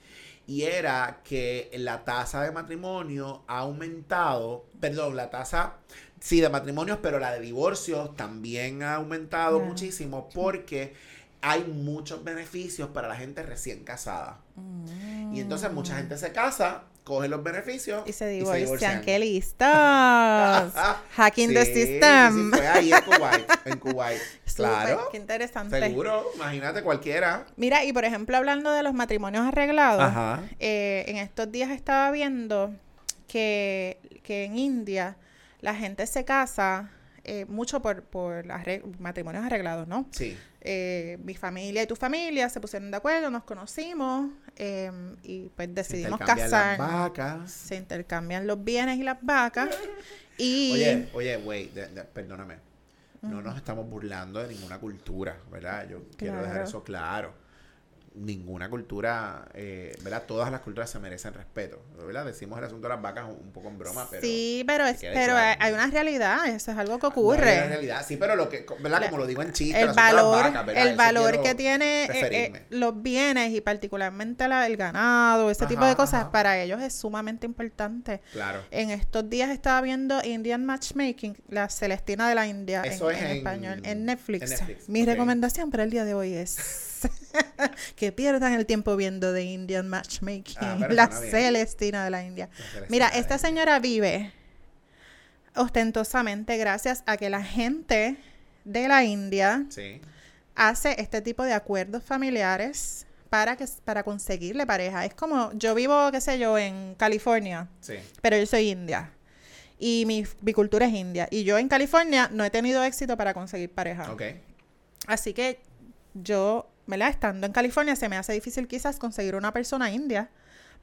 Speaker 1: y era que la tasa de matrimonio ha aumentado, perdón, la tasa, sí, de matrimonios, pero la de divorcios también ha aumentado
Speaker 2: Ajá.
Speaker 1: muchísimo porque hay muchos beneficios para la gente recién casada. Y entonces mucha gente se casa, coge los beneficios
Speaker 2: Mm. Y se divorcian.
Speaker 1: divorcian.
Speaker 2: ¡Qué listos! Hacking the
Speaker 1: Sí, sí, sí,
Speaker 2: system.
Speaker 1: fue ahí en Kuwait, en Kuwait.
Speaker 2: Súper,
Speaker 1: Claro.
Speaker 2: ¡Qué interesante!
Speaker 1: Seguro, imagínate cualquiera.
Speaker 2: Mira, y por ejemplo, hablando de los matrimonios arreglados,
Speaker 1: Ajá.
Speaker 2: eh, en estos días estaba viendo que, que en India la gente se casa eh, mucho por, por arre- matrimonios arreglados, ¿no?
Speaker 1: Sí.
Speaker 2: eh, mi familia y tu familia se pusieron de acuerdo, nos conocimos eh, y pues decidimos
Speaker 1: Intercambian las
Speaker 2: casarnos.
Speaker 1: vacas.
Speaker 2: Se intercambian los bienes y las vacas. Y
Speaker 1: Oye, oye, güey, de- de- perdóname. No nos estamos burlando de ninguna cultura, ¿verdad? Yo quiero dejar
Speaker 2: Claro.
Speaker 1: eso claro. Ninguna cultura, eh, ¿verdad? Todas las culturas se merecen respeto, ¿verdad? Decimos el asunto de las vacas un, un poco en broma, Ah, pero...
Speaker 2: sí, pero, es-
Speaker 1: quede
Speaker 2: pero
Speaker 1: claro. Ah,
Speaker 2: hay una realidad, eso es algo que
Speaker 1: No, en
Speaker 2: ocurre.
Speaker 1: realidad, sí, pero lo que, ¿verdad?
Speaker 2: La-
Speaker 1: Como lo digo en chiste,
Speaker 2: El
Speaker 1: asunto de las
Speaker 2: valor,
Speaker 1: vacas, ¿verdad?
Speaker 2: el
Speaker 1: Eso
Speaker 2: valor
Speaker 1: quiero-
Speaker 2: que tiene eh, eh,
Speaker 1: referirme.
Speaker 2: los bienes y particularmente la- el ganado, ese tipo
Speaker 1: Ajá,
Speaker 2: de cosas,
Speaker 1: ajá.
Speaker 2: para ellos es sumamente importante.
Speaker 1: Claro.
Speaker 2: En estos días estaba viendo Indian Matchmaking, la Celestina de la India, en-
Speaker 1: Eso
Speaker 2: en,
Speaker 1: es en-
Speaker 2: español, en Netflix.
Speaker 1: en Netflix,
Speaker 2: Mi
Speaker 1: ok.
Speaker 2: recomendación para el día de hoy es que pierdan el tiempo viendo de Indian Matchmaking,
Speaker 1: Ah, pero
Speaker 2: la
Speaker 1: suena bien.
Speaker 2: Celestina de la India.
Speaker 1: Entonces,
Speaker 2: Mira,
Speaker 1: sí,
Speaker 2: esta señora vive ostentosamente gracias a que la gente de la India
Speaker 1: Sí.
Speaker 2: hace este tipo de acuerdos familiares para, que, para conseguirle pareja. Es como, yo vivo, qué sé yo, en California
Speaker 1: Sí.
Speaker 2: pero yo soy india. Y mi, mi cultura es india. Y yo en California no he tenido éxito para conseguir pareja.
Speaker 1: Ok.
Speaker 2: Así que yo, ¿verdad? Estando en California se me hace difícil quizás conseguir una persona india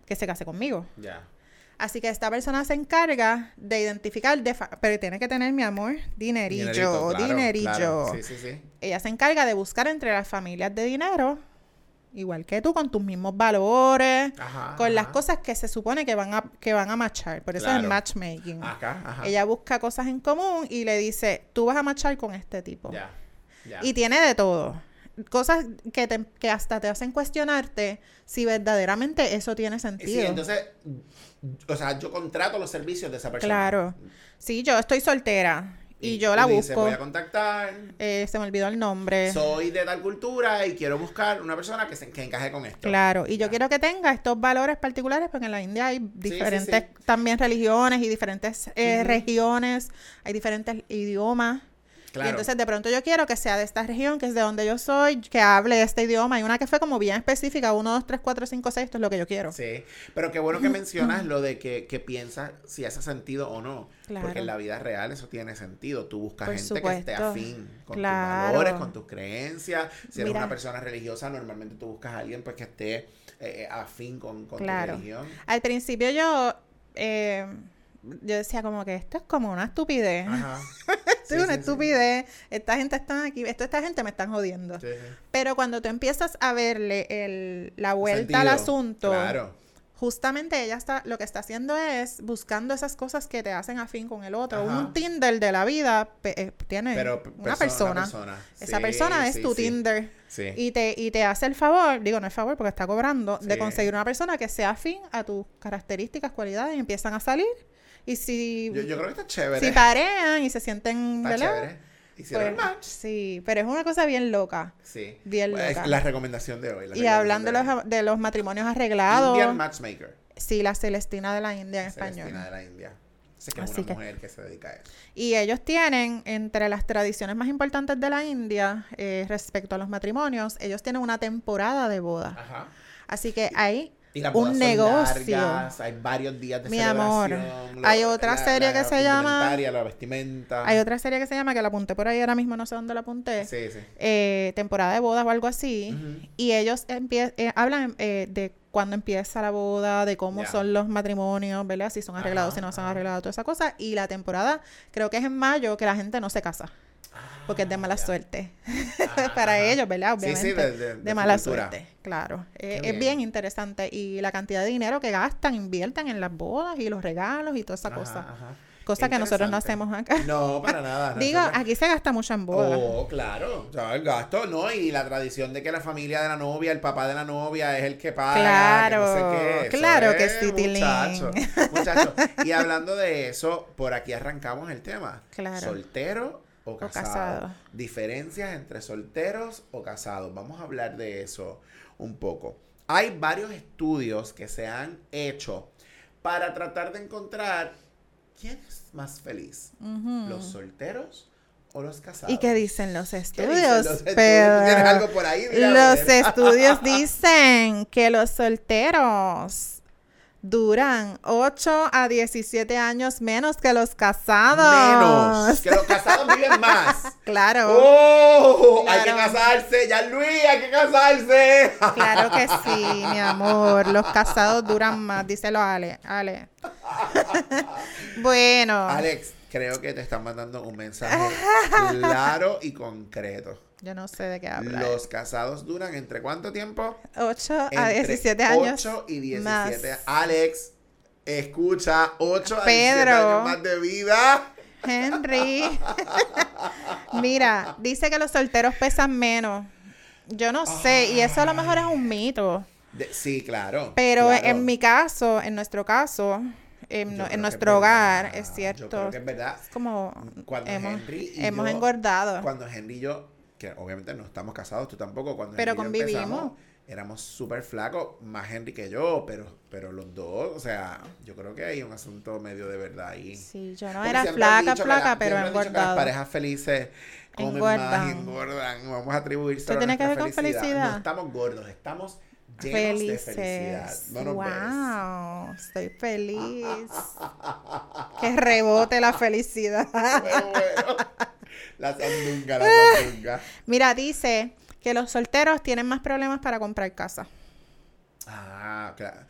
Speaker 2: que se case conmigo.
Speaker 1: Ya.
Speaker 2: Así que esta persona se encarga de identificar, de fa- pero tiene que tener, mi amor, dinerillo,
Speaker 1: Dinerito, claro,
Speaker 2: dinerillo.
Speaker 1: claro. Sí, sí, sí.
Speaker 2: Ella se encarga de buscar entre las familias de dinero, igual que tú, con tus mismos valores,
Speaker 1: Ajá.
Speaker 2: con las
Speaker 1: ajá.
Speaker 2: cosas que se supone que van a, que van a machar. Por eso es
Speaker 1: Claro.
Speaker 2: el matchmaking.
Speaker 1: Acá, ajá.
Speaker 2: Ella busca cosas en común y le dice, tú vas a marchar con este tipo.
Speaker 1: Ya. Ya.
Speaker 2: Y tiene de todo. Cosas que, te- que hasta te hacen cuestionarte si verdaderamente eso tiene
Speaker 1: Sí,
Speaker 2: sentido.
Speaker 1: entonces, o sea, yo contrato los servicios de esa persona.
Speaker 2: claro. Sí, yo estoy soltera y, yo
Speaker 1: tú
Speaker 2: la
Speaker 1: dices,
Speaker 2: busco.
Speaker 1: voy a contactar.
Speaker 2: Eh, se me olvidó el nombre.
Speaker 1: Soy de tal cultura y quiero buscar una persona que, se, que encaje con esto.
Speaker 2: Claro, y yo
Speaker 1: Ya.
Speaker 2: quiero que tenga estos valores particulares porque en la India hay diferentes
Speaker 1: sí.
Speaker 2: también religiones y diferentes eh,
Speaker 1: Ujú.
Speaker 2: regiones, hay diferentes idiomas.
Speaker 1: Claro.
Speaker 2: Y entonces de pronto yo quiero que sea de esta región, que es de donde yo soy, que hable este idioma. Y una que fue como bien específica, 1, 2, 3, 4, 5, 6, esto es lo que yo quiero.
Speaker 1: Sí, pero qué bueno que mencionas lo de que, que piensas si hace sentido o no.
Speaker 2: Claro.
Speaker 1: Porque en la vida real eso tiene sentido. Tú buscas
Speaker 2: Por
Speaker 1: gente que esté
Speaker 2: supuesto.
Speaker 1: afín con
Speaker 2: Claro.
Speaker 1: tus valores, con tus creencias. Si eres
Speaker 2: Mira.
Speaker 1: una persona religiosa, normalmente tú buscas a alguien pues, que esté eh, afín con, con
Speaker 2: Claro.
Speaker 1: tu religión.
Speaker 2: Al principio yo, eh, yo decía como que esto es como una estupidez.
Speaker 1: Ajá.
Speaker 2: Esto
Speaker 1: Sí,
Speaker 2: es
Speaker 1: sí,
Speaker 2: una
Speaker 1: sí.
Speaker 2: estupidez. Esta gente está aquí, esto, esta gente me están jodiendo.
Speaker 1: Sí, sí.
Speaker 2: Pero cuando tú empiezas a verle el- la vuelta al
Speaker 1: Sentido.
Speaker 2: asunto,
Speaker 1: Claro.
Speaker 2: justamente ella está, lo que está haciendo es buscando esas cosas que te hacen afín con el otro.
Speaker 1: Ajá.
Speaker 2: Un Tinder de la vida pe- eh, tiene
Speaker 1: Pero pe-
Speaker 2: una persona. Esa
Speaker 1: Sí,
Speaker 2: persona es
Speaker 1: sí,
Speaker 2: tu
Speaker 1: sí.
Speaker 2: Tinder
Speaker 1: Sí.
Speaker 2: y te, y te hace el favor, digo no el favor porque está cobrando, de
Speaker 1: Sí.
Speaker 2: conseguir una persona que sea afín a tus características, cualidades y empiezan a salir Y si,
Speaker 1: Yo, yo creo que está chévere.
Speaker 2: si parean y se sienten,
Speaker 1: está
Speaker 2: ¿verdad?
Speaker 1: chévere. Hicieron el
Speaker 2: Pues,
Speaker 1: match.
Speaker 2: sí, pero es una cosa bien loca.
Speaker 1: Sí.
Speaker 2: bien
Speaker 1: Pues, es
Speaker 2: loca.
Speaker 1: la recomendación de hoy. la
Speaker 2: Y
Speaker 1: recomendación
Speaker 2: hablando de
Speaker 1: de hoy.
Speaker 2: los, de los matrimonios arreglados,
Speaker 1: Indian Matchmaker.
Speaker 2: sí, la Celestina de la India en
Speaker 1: Celestina
Speaker 2: español.
Speaker 1: de la India. Sé que es
Speaker 2: Así
Speaker 1: una
Speaker 2: que-
Speaker 1: mujer que se dedica a eso.
Speaker 2: Y ellos tienen, entre las tradiciones más importantes de la India eh, respecto a los matrimonios, ellos tienen una temporada de boda.
Speaker 1: Ajá.
Speaker 2: Así que ahí,
Speaker 1: Y las
Speaker 2: Un
Speaker 1: bodas son
Speaker 2: negocio.
Speaker 1: largas, hay varios días de
Speaker 2: Mi amor,
Speaker 1: celebración. lo-
Speaker 2: hay otra serie que se llama-
Speaker 1: indumentaria, La vestimenta.
Speaker 2: hay otra serie que se llama, que la apunté por ahí ahora mismo, no sé dónde la apunté,
Speaker 1: Ah. Sí, sí.
Speaker 2: eh, temporada de bodas o algo así.
Speaker 1: Ujú.
Speaker 2: Y ellos empie- eh, hablan eh, de cuándo empieza la boda, de cómo
Speaker 1: Ya.
Speaker 2: son los matrimonios, ¿verdad? Si son arreglados,
Speaker 1: Ajá,
Speaker 2: si no son
Speaker 1: ajá.
Speaker 2: arreglados, toda esa cosa. Y la temporada, creo que es en mayo, que la gente no se casa, porque es de
Speaker 1: Ah,
Speaker 2: mala
Speaker 1: ya.
Speaker 2: suerte.
Speaker 1: Ajá,
Speaker 2: Para
Speaker 1: ajá.
Speaker 2: ellos, ¿verdad?
Speaker 1: Sí,
Speaker 2: Obviamente.
Speaker 1: sí, de, de-
Speaker 2: de
Speaker 1: su
Speaker 2: mala
Speaker 1: cultura.
Speaker 2: suerte, claro. Eh,
Speaker 1: Qué
Speaker 2: es
Speaker 1: bien.
Speaker 2: bien interesante y la cantidad de dinero que gastan, invierten en las bodas y los regalos y toda esa
Speaker 1: Ajá,
Speaker 2: cosa.
Speaker 1: ajá.
Speaker 2: Cosa que nosotros no
Speaker 1: Interesante.
Speaker 2: hacemos acá.
Speaker 1: No, para nada.
Speaker 2: Digo,
Speaker 1: nosotros-
Speaker 2: aquí se gasta mucho en bodas.
Speaker 1: Oh, claro. O sea, el gasto, ¿no? Y la tradición de que la familia de la novia, el papá de la novia es el que paga. que no sé
Speaker 2: Claro,
Speaker 1: qué. Eso
Speaker 2: claro que
Speaker 1: es,
Speaker 2: sí, Tilín.
Speaker 1: Muchacho, muchacho. Y hablando de eso, por aquí arrancamos el tema.
Speaker 2: Claro.
Speaker 1: Soltero o casado.
Speaker 2: casado.
Speaker 1: Diferencias entre solteros o casados. Vamos a hablar de eso un poco. Hay varios estudios que se han hecho para tratar de encontrar quién es más feliz,
Speaker 2: Ujú.
Speaker 1: los solteros o los casados.
Speaker 2: Mm. ¿Y qué dicen los
Speaker 1: ¿Qué dicen
Speaker 2: estudios?
Speaker 1: los- tú- tú
Speaker 2: Pedro?
Speaker 1: ¿Tienes algo por ahí? Mira, a
Speaker 2: Los
Speaker 1: ver.
Speaker 2: estudios dicen que los solteros duran 8 a 17 años menos que los casados.
Speaker 1: Menos. Que los casados viven más.
Speaker 2: Claro.
Speaker 1: ¡Oh! Hay que
Speaker 2: Claro.
Speaker 1: casarse. Ya Luis, hay que casarse.
Speaker 2: Claro que sí, mi amor. Los casados duran más, díselo a Ale. Ale. bueno,
Speaker 1: Alex, creo que te están mandando un mensaje claro y concreto.
Speaker 2: yo no sé de qué habla.
Speaker 1: Los casados duran entre cuánto tiempo?
Speaker 2: 8 a
Speaker 1: Entre
Speaker 2: 17 años.
Speaker 1: 8 y 17.
Speaker 2: más.
Speaker 1: Alex, escucha, 8 a 17
Speaker 2: Pedro.
Speaker 1: años más de vida.
Speaker 2: Henry. Mira, dice que los solteros pesan menos. Yo no sé, y eso a lo mejor es un mito.
Speaker 1: De- sí, claro.
Speaker 2: Pero
Speaker 1: claro.
Speaker 2: en mi caso, en nuestro caso, en,
Speaker 1: Yo creo que es
Speaker 2: en nuestro hogar,
Speaker 1: verdad,
Speaker 2: es
Speaker 1: Yo
Speaker 2: cierto.
Speaker 1: creo que es verdad.
Speaker 2: Es como
Speaker 1: Cuando
Speaker 2: hemos,
Speaker 1: Henry y
Speaker 2: hemos
Speaker 1: yo-
Speaker 2: engordado.
Speaker 1: Cuando Henry y yo, que obviamente no estamos casados, tú tampoco, cuando
Speaker 2: Pero
Speaker 1: Henry y yo
Speaker 2: convivimos.
Speaker 1: empezamos, éramos súper flacos, más Henry que yo, pero, pero los dos, o sea, yo creo que hay un asunto medio de verdad ahí.
Speaker 2: Sí, yo no
Speaker 1: Porque
Speaker 2: era
Speaker 1: siempre han
Speaker 2: flaca,
Speaker 1: dicho que la-
Speaker 2: flaca, pero
Speaker 1: siempre han dicho que Las
Speaker 2: engordado.
Speaker 1: parejas felices comen más y
Speaker 2: Engordan.
Speaker 1: engordan. Vamos a atribuir solo
Speaker 2: tiene que
Speaker 1: nuestra
Speaker 2: ver con felicidad.
Speaker 1: No estamos gordos, estamos llenos de felicidad.
Speaker 2: Felices.
Speaker 1: No nos ves.
Speaker 2: wow, estoy feliz. que rebote la felicidad.
Speaker 1: Bueno, bueno. La sandunga, la sandunga.
Speaker 2: Mira, dice que los solteros tienen más problemas para comprar casa.
Speaker 1: Ah, claro.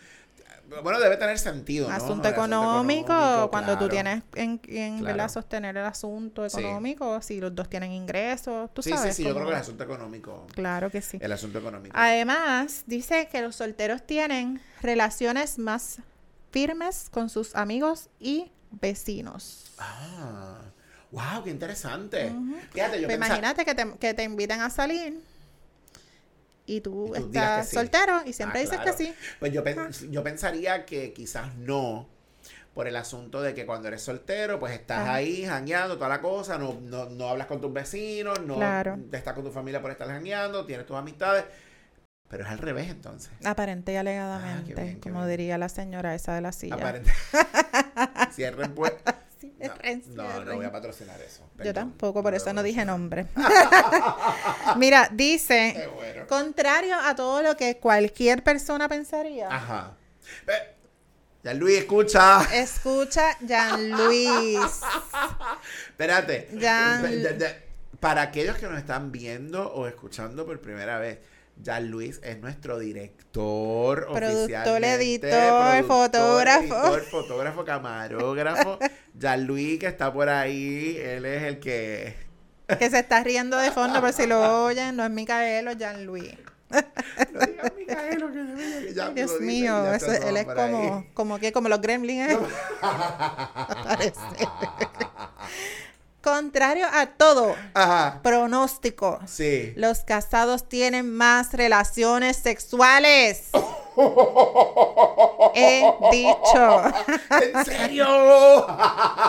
Speaker 1: Bueno, debe tener sentido, ¿no?
Speaker 2: asunto
Speaker 1: El
Speaker 2: económico, cuando
Speaker 1: claro.
Speaker 2: tú tienes en, en
Speaker 1: Claro.
Speaker 2: ¿verdad? sostener el asunto
Speaker 1: Sí.
Speaker 2: económico, si los dos tienen ingresos, tú
Speaker 1: Sí,
Speaker 2: sabes.
Speaker 1: sí, sí, yo
Speaker 2: cómo-
Speaker 1: creo que el asunto económico.
Speaker 2: Claro que sí.
Speaker 1: El asunto económico.
Speaker 2: Además, dice que los solteros tienen relaciones más firmes con sus amigos y vecinos.
Speaker 1: Ah, wow, qué interesante.
Speaker 2: Ujú.
Speaker 1: Fíjate, yo
Speaker 2: Pues
Speaker 1: pensaba-
Speaker 2: imagínate que te, que te invitan a salir y tú,
Speaker 1: Y tú digas
Speaker 2: estás
Speaker 1: que sí.
Speaker 2: soltero y siempre
Speaker 1: Ah,
Speaker 2: dices
Speaker 1: claro.
Speaker 2: que sí.
Speaker 1: Pues yo, pen- yo pensaría que quizás no, por el asunto de que cuando eres soltero, pues estás
Speaker 2: Ajá.
Speaker 1: ahí jangueando, toda la cosa, no, no, no hablas con tus vecinos, no
Speaker 2: Claro.
Speaker 1: te estás con tu familia por estar jangueando, tienes tus amistades. Pero es al revés entonces.
Speaker 2: Aparente y alegadamente,
Speaker 1: Ah, bien, qué
Speaker 2: como
Speaker 1: bien.
Speaker 2: diría la señora esa de la silla.
Speaker 1: Aparente. Cierren pues.
Speaker 2: Cierren,
Speaker 1: No, no, no
Speaker 2: cierren.
Speaker 1: voy a patrocinar eso.
Speaker 2: Yo
Speaker 1: perdón.
Speaker 2: tampoco, por
Speaker 1: lo
Speaker 2: eso
Speaker 1: voy
Speaker 2: no
Speaker 1: a
Speaker 2: dije
Speaker 1: hacer.
Speaker 2: nombre. Mira, dice...
Speaker 1: Qué bueno.
Speaker 2: Contrario a todo lo que cualquier persona pensaría.
Speaker 1: Ajá. Ve, Ya Luis, escucha.
Speaker 2: Escucha, Jan Luis.
Speaker 1: Espérate.
Speaker 2: Ya-
Speaker 1: Ve- de- de- Para aquellos que nos están viendo o escuchando por primera vez, ya Luis es nuestro director,
Speaker 2: Productor,
Speaker 1: oficialmente,
Speaker 2: editor, fotógrafo.
Speaker 1: editor, fotógrafo, camarógrafo. Ya Luis que está por ahí, él es el que
Speaker 2: Que se está riendo de fondo, por si lo oyen, no es Micaelo, Jan Luis.
Speaker 1: No digas, Micael, lo que yo diga, que ya
Speaker 2: Ay,
Speaker 1: lo
Speaker 2: Dios
Speaker 1: dicen y
Speaker 2: mío,
Speaker 1: ya
Speaker 2: eso-
Speaker 1: está todo
Speaker 2: él es
Speaker 1: por ahí.
Speaker 2: como, como que, como los gremlins. ¿eh? Parece. Contrario a todo
Speaker 1: Ajá.
Speaker 2: pronóstico,
Speaker 1: Sí.
Speaker 2: los casados tienen más relaciones sexuales. He dicho.
Speaker 1: ¡En serio!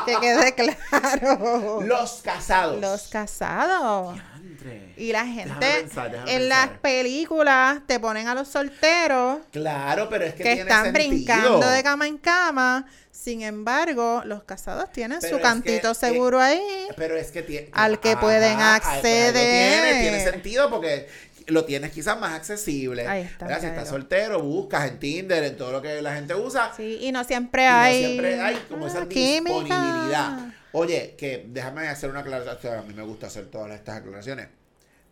Speaker 2: que quede claro.
Speaker 1: Los casados.
Speaker 2: Los casados.
Speaker 1: Diantre.
Speaker 2: Y la gente
Speaker 1: pensar, déjame
Speaker 2: en
Speaker 1: pensar.
Speaker 2: las películas te ponen a los solteros
Speaker 1: Claro, pero es que,
Speaker 2: que
Speaker 1: tiene
Speaker 2: están
Speaker 1: sentido.
Speaker 2: brincando de cama en cama. Sin embargo, los casados tienen
Speaker 1: Pero
Speaker 2: su
Speaker 1: es
Speaker 2: cantito
Speaker 1: que,
Speaker 2: seguro ahí.
Speaker 1: Pero es que tiene...
Speaker 2: Al que pueden
Speaker 1: pues ahí lo tiene, tiene
Speaker 2: acceder.
Speaker 1: sentido porque lo tienes quizás más accesible.
Speaker 2: Ahí está,
Speaker 1: ¿Verdad? Si
Speaker 2: claro.
Speaker 1: estás soltero, buscas en Tinder, en todo lo que la gente usa.
Speaker 2: Sí, y no siempre
Speaker 1: Y no
Speaker 2: hay.
Speaker 1: siempre hay como
Speaker 2: ah,
Speaker 1: esa
Speaker 2: química.
Speaker 1: disponibilidad. Oye, que déjame hacer una aclaración. o sea, a mí me gusta hacer todas estas aclaraciones.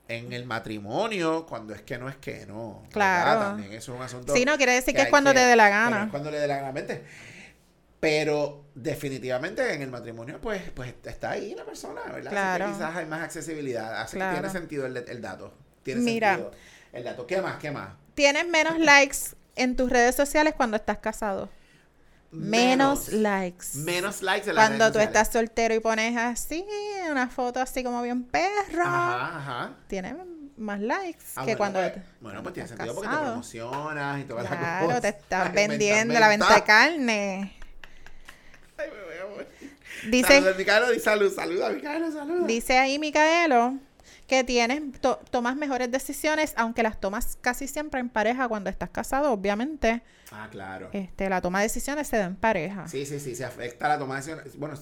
Speaker 1: En el matrimonio, cuando es que no es que no. ¿verdad?
Speaker 2: Claro.
Speaker 1: También eso es un asunto.
Speaker 2: Sí, no quiere decir que es
Speaker 1: hay
Speaker 2: cuando te dé la gana.
Speaker 1: pero es cuando le dé la gana, vente. Pero definitivamente en el matrimonio, pues, pues está ahí la persona, ¿verdad?
Speaker 2: Claro.
Speaker 1: Así que quizás hay más accesibilidad. Así
Speaker 2: Claro.
Speaker 1: que tiene sentido el, el dato. Tiene
Speaker 2: Mira.
Speaker 1: sentido el dato. ¿Qué más? ¿Qué más?
Speaker 2: Tienes menos likes en tus redes sociales cuando estás casado. Menos, likes.
Speaker 1: Menos likes en las
Speaker 2: cuando
Speaker 1: redes
Speaker 2: tú
Speaker 1: sociales.
Speaker 2: estás soltero y pones así una foto así como bien perro,
Speaker 1: Ajá, ajá.
Speaker 2: tienes más likes
Speaker 1: Ah,
Speaker 2: que
Speaker 1: bueno,
Speaker 2: cuando
Speaker 1: pues,
Speaker 2: te-
Speaker 1: bueno, pues tiene
Speaker 2: estás
Speaker 1: sentido porque te
Speaker 2: casado.
Speaker 1: promocionas y toda la
Speaker 2: Claro,
Speaker 1: cosa.
Speaker 2: te estás
Speaker 1: Ay, me
Speaker 2: vendiendo
Speaker 1: están
Speaker 2: la venta de
Speaker 1: ventando.
Speaker 2: carne.
Speaker 1: Ay, me veo, güey.
Speaker 2: Dice,
Speaker 1: Saluda, Micaelo, di salud, saluda, Micaelo, saluda.
Speaker 2: dice ahí Micaelo que tienes to- tomas mejores decisiones, aunque las tomas casi siempre en pareja cuando estás casado, obviamente.
Speaker 1: Ah, claro.
Speaker 2: Este, la toma de decisiones se da en pareja.
Speaker 1: Sí, sí, sí, se afecta la toma de decisiones. Bueno,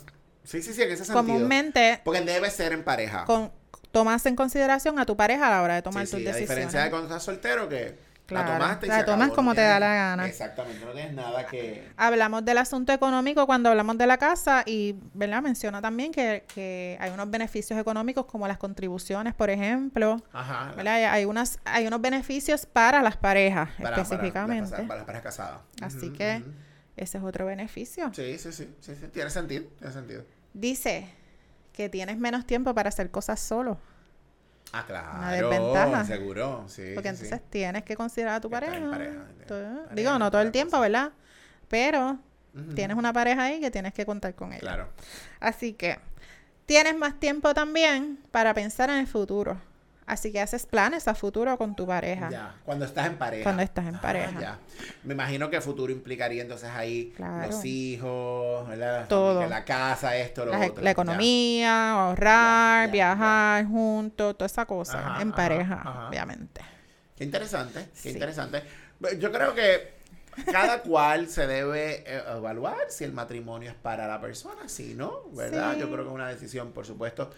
Speaker 1: sí, sí, sí, en ese sentido.
Speaker 2: Comúnmente
Speaker 1: Porque debe ser en pareja.
Speaker 2: con- tomas en consideración a tu pareja a la hora de tomar
Speaker 1: Sí,
Speaker 2: tus
Speaker 1: sí, a
Speaker 2: decisiones.
Speaker 1: diferencia de cuando estás soltero que
Speaker 2: Claro,
Speaker 1: la tomaste y
Speaker 2: la
Speaker 1: se acabó,
Speaker 2: tomas
Speaker 1: no
Speaker 2: como te
Speaker 1: tienes-
Speaker 2: da la gana.
Speaker 1: Exactamente, no tienes nada que...
Speaker 2: Hablamos del asunto económico cuando hablamos de la casa y, ¿verdad? Menciona también que, que hay unos beneficios económicos como las contribuciones, por ejemplo.
Speaker 1: Ajá.
Speaker 2: ¿Verdad? Hay, hay unas, hay unos beneficios para las parejas
Speaker 1: Ah. para-
Speaker 2: específicamente.
Speaker 1: Para, las- para las parejas casadas.
Speaker 2: Así
Speaker 1: Ujú,
Speaker 2: que-
Speaker 1: ujú.
Speaker 2: Ese es otro beneficio.
Speaker 1: Sí, sí, sí, sí, sí, tiene sentido, tiene sentido.
Speaker 2: Dice que tienes menos tiempo para hacer cosas solo,
Speaker 1: Ah, claro.
Speaker 2: desventaja.
Speaker 1: Seguro, sí.
Speaker 2: porque
Speaker 1: sí, sí.
Speaker 2: entonces tienes que considerar a tu
Speaker 1: Que estar
Speaker 2: pareja.
Speaker 1: en pareja, en
Speaker 2: Todo-
Speaker 1: pareja,
Speaker 2: digo, no todo
Speaker 1: otra
Speaker 2: el tiempo,
Speaker 1: cosa.
Speaker 2: ¿verdad? Pero
Speaker 1: Ujú.
Speaker 2: tienes una pareja ahí que tienes que contar con ella.
Speaker 1: Claro.
Speaker 2: Así que tienes más tiempo también para pensar en el futuro. Así que haces planes a futuro con tu pareja.
Speaker 1: Ya, cuando estás en pareja.
Speaker 2: Cuando estás en
Speaker 1: Ah,
Speaker 2: pareja.
Speaker 1: ya. Me imagino que futuro implicaría entonces ahí
Speaker 2: Claro.
Speaker 1: los hijos, ¿verdad?
Speaker 2: Todo.
Speaker 1: Familia, La casa, esto, lo
Speaker 2: Las-
Speaker 1: otro.
Speaker 2: la
Speaker 1: ya.
Speaker 2: economía,
Speaker 1: Ya,
Speaker 2: ahorrar,
Speaker 1: ya,
Speaker 2: viajar juntos, toda esa cosa
Speaker 1: Ajá,
Speaker 2: en
Speaker 1: ajá,
Speaker 2: pareja,
Speaker 1: ajá.
Speaker 2: obviamente.
Speaker 1: Qué interesante, qué
Speaker 2: Sí.
Speaker 1: interesante. Bueno, Yo creo que cada cual se debe eh, evaluar si el matrimonio es para la persona, si no, ¿verdad?
Speaker 2: Sí.
Speaker 1: Yo creo que es una decisión, por supuesto,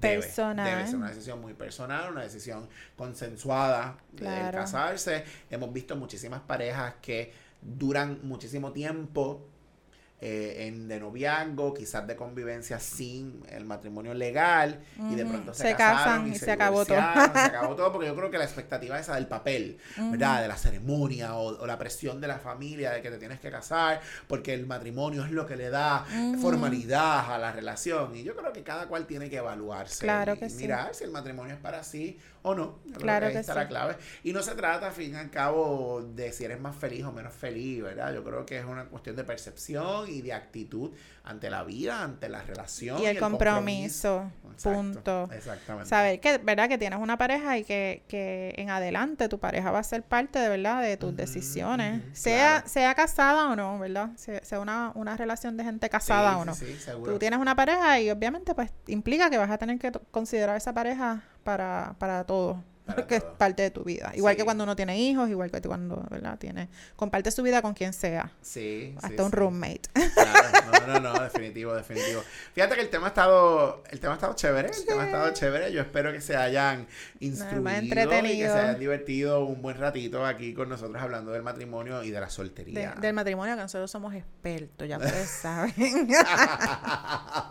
Speaker 1: debe,
Speaker 2: Personal.
Speaker 1: Debe ser una decisión muy personal, una decisión consensuada del
Speaker 2: Claro.
Speaker 1: casarse. Hemos visto muchísimas parejas que duran muchísimo tiempo eh, en de noviazgo, quizás de convivencia sin el matrimonio legal y de
Speaker 2: Ujú.
Speaker 1: pronto se,
Speaker 2: Se casan
Speaker 1: casaron
Speaker 2: y se acabó todo.
Speaker 1: divorciaron, se acabó todo porque yo creo que la expectativa esa del papel, ¿verdad? De la ceremonia o, o la presión de la familia de que te tienes que casar porque el matrimonio es lo que le da
Speaker 2: Ujú.
Speaker 1: formalidad a la relación y yo creo que cada cual tiene que evaluarse
Speaker 2: Claro
Speaker 1: y,
Speaker 2: que
Speaker 1: y
Speaker 2: sí.
Speaker 1: mirar si el matrimonio es para sí o no. Yo creo
Speaker 2: Claro
Speaker 1: ahí
Speaker 2: que
Speaker 1: está
Speaker 2: sí.
Speaker 1: la clave. Y no se trata, al fin y al cabo, de si eres más feliz o menos feliz, ¿verdad? Yo creo que es una cuestión de percepción y de actitud ante la vida, ante la relación.
Speaker 2: Y el compromiso, punto.
Speaker 1: Exacto, Exactamente.
Speaker 2: Saber que, ¿verdad? Que tienes una pareja y que, que en adelante tu pareja va a ser parte, de ¿verdad? De tus
Speaker 1: Ujú,
Speaker 2: decisiones.
Speaker 1: ujú,
Speaker 2: sea,
Speaker 1: claro.
Speaker 2: sea casada o no, ¿verdad? Sea, sea una, una relación de gente
Speaker 1: Sí,
Speaker 2: casada o
Speaker 1: sí,
Speaker 2: no.
Speaker 1: Sí, seguro.
Speaker 2: Tú tienes una pareja y obviamente pues implica que vas a tener que to- considerar esa pareja para, para todo.
Speaker 1: Para
Speaker 2: porque
Speaker 1: todo.
Speaker 2: es parte de tu vida. Igual que
Speaker 1: Sí.
Speaker 2: cuando uno tiene hijos, igual que cuando, ¿verdad? Tiene, comparte su vida con quien sea.
Speaker 1: Sí, sí,
Speaker 2: Hasta un
Speaker 1: sí.
Speaker 2: roommate.
Speaker 1: Claro, No, no, no, definitivo, definitivo. Fíjate que el tema ha estado, el tema ha estado chévere, el tema ha estado chévere. Yo espero que se hayan instruido
Speaker 2: más
Speaker 1: y que se
Speaker 2: entretenido.
Speaker 1: hayan divertido un buen ratito aquí con nosotros hablando del matrimonio y de la
Speaker 2: De-
Speaker 1: soltería.
Speaker 2: del matrimonio que nosotros somos expertos, ya ustedes saben.
Speaker 1: Ah,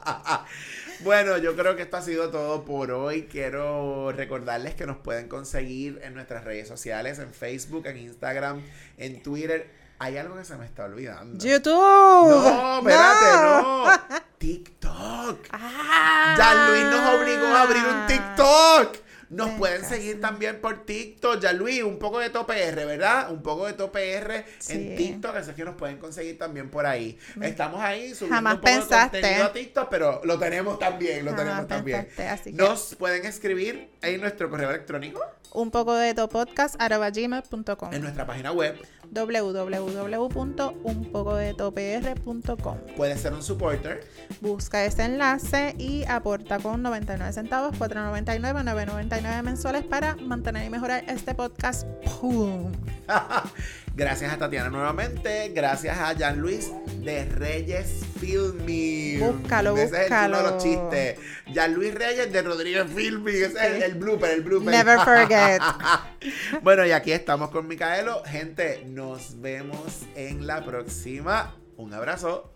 Speaker 1: bueno, yo creo que esto ha sido todo por hoy. Quiero recordarles que nos pueden conseguir en nuestras redes sociales, en Facebook, en Instagram, en Twitter. Hay algo que se me está olvidando.
Speaker 2: YouTube.
Speaker 1: No, espérate, no. TikTok.
Speaker 2: Ah.
Speaker 1: Ya Luis nos obligó a abrir un TikTok. Nos
Speaker 2: Me
Speaker 1: pueden
Speaker 2: encanta.
Speaker 1: seguir también por TikTok. Ya Luis, un poco de Tope R, ¿verdad? Un poco de Tope R
Speaker 2: Sí.
Speaker 1: en TikTok. Así que nos pueden conseguir también por ahí. Estamos ahí subiendo
Speaker 2: Jamás
Speaker 1: un poco
Speaker 2: pensaste.
Speaker 1: de contenido a TikTok, pero lo tenemos también, lo
Speaker 2: Ah,
Speaker 1: tenemos también.
Speaker 2: pensaste, así que-
Speaker 1: Nos pueden escribir en nuestro correo electrónico
Speaker 2: un poco de topodcast.gmail.com
Speaker 1: En nuestra página web
Speaker 2: www.unpocodetopr.com
Speaker 1: puedes ser un supporter.
Speaker 2: Busca ese enlace y aporta con 99 centavos, 4.99, 9.99 mensuales para mantener y mejorar este podcast. ¡Pum!
Speaker 1: Gracias a Tatiana nuevamente. Gracias a Jan Luis de Reyes Filming.
Speaker 2: Búscalo,
Speaker 1: Ese es el uno de
Speaker 2: búscalo.
Speaker 1: los chistes. Jan Luis Reyes de Rodríguez Filming. Ese es el, el blooper, el blooper.
Speaker 2: Never forget.
Speaker 1: bueno, y aquí estamos con Micaelo. Gente, nos vemos en la próxima. Un abrazo.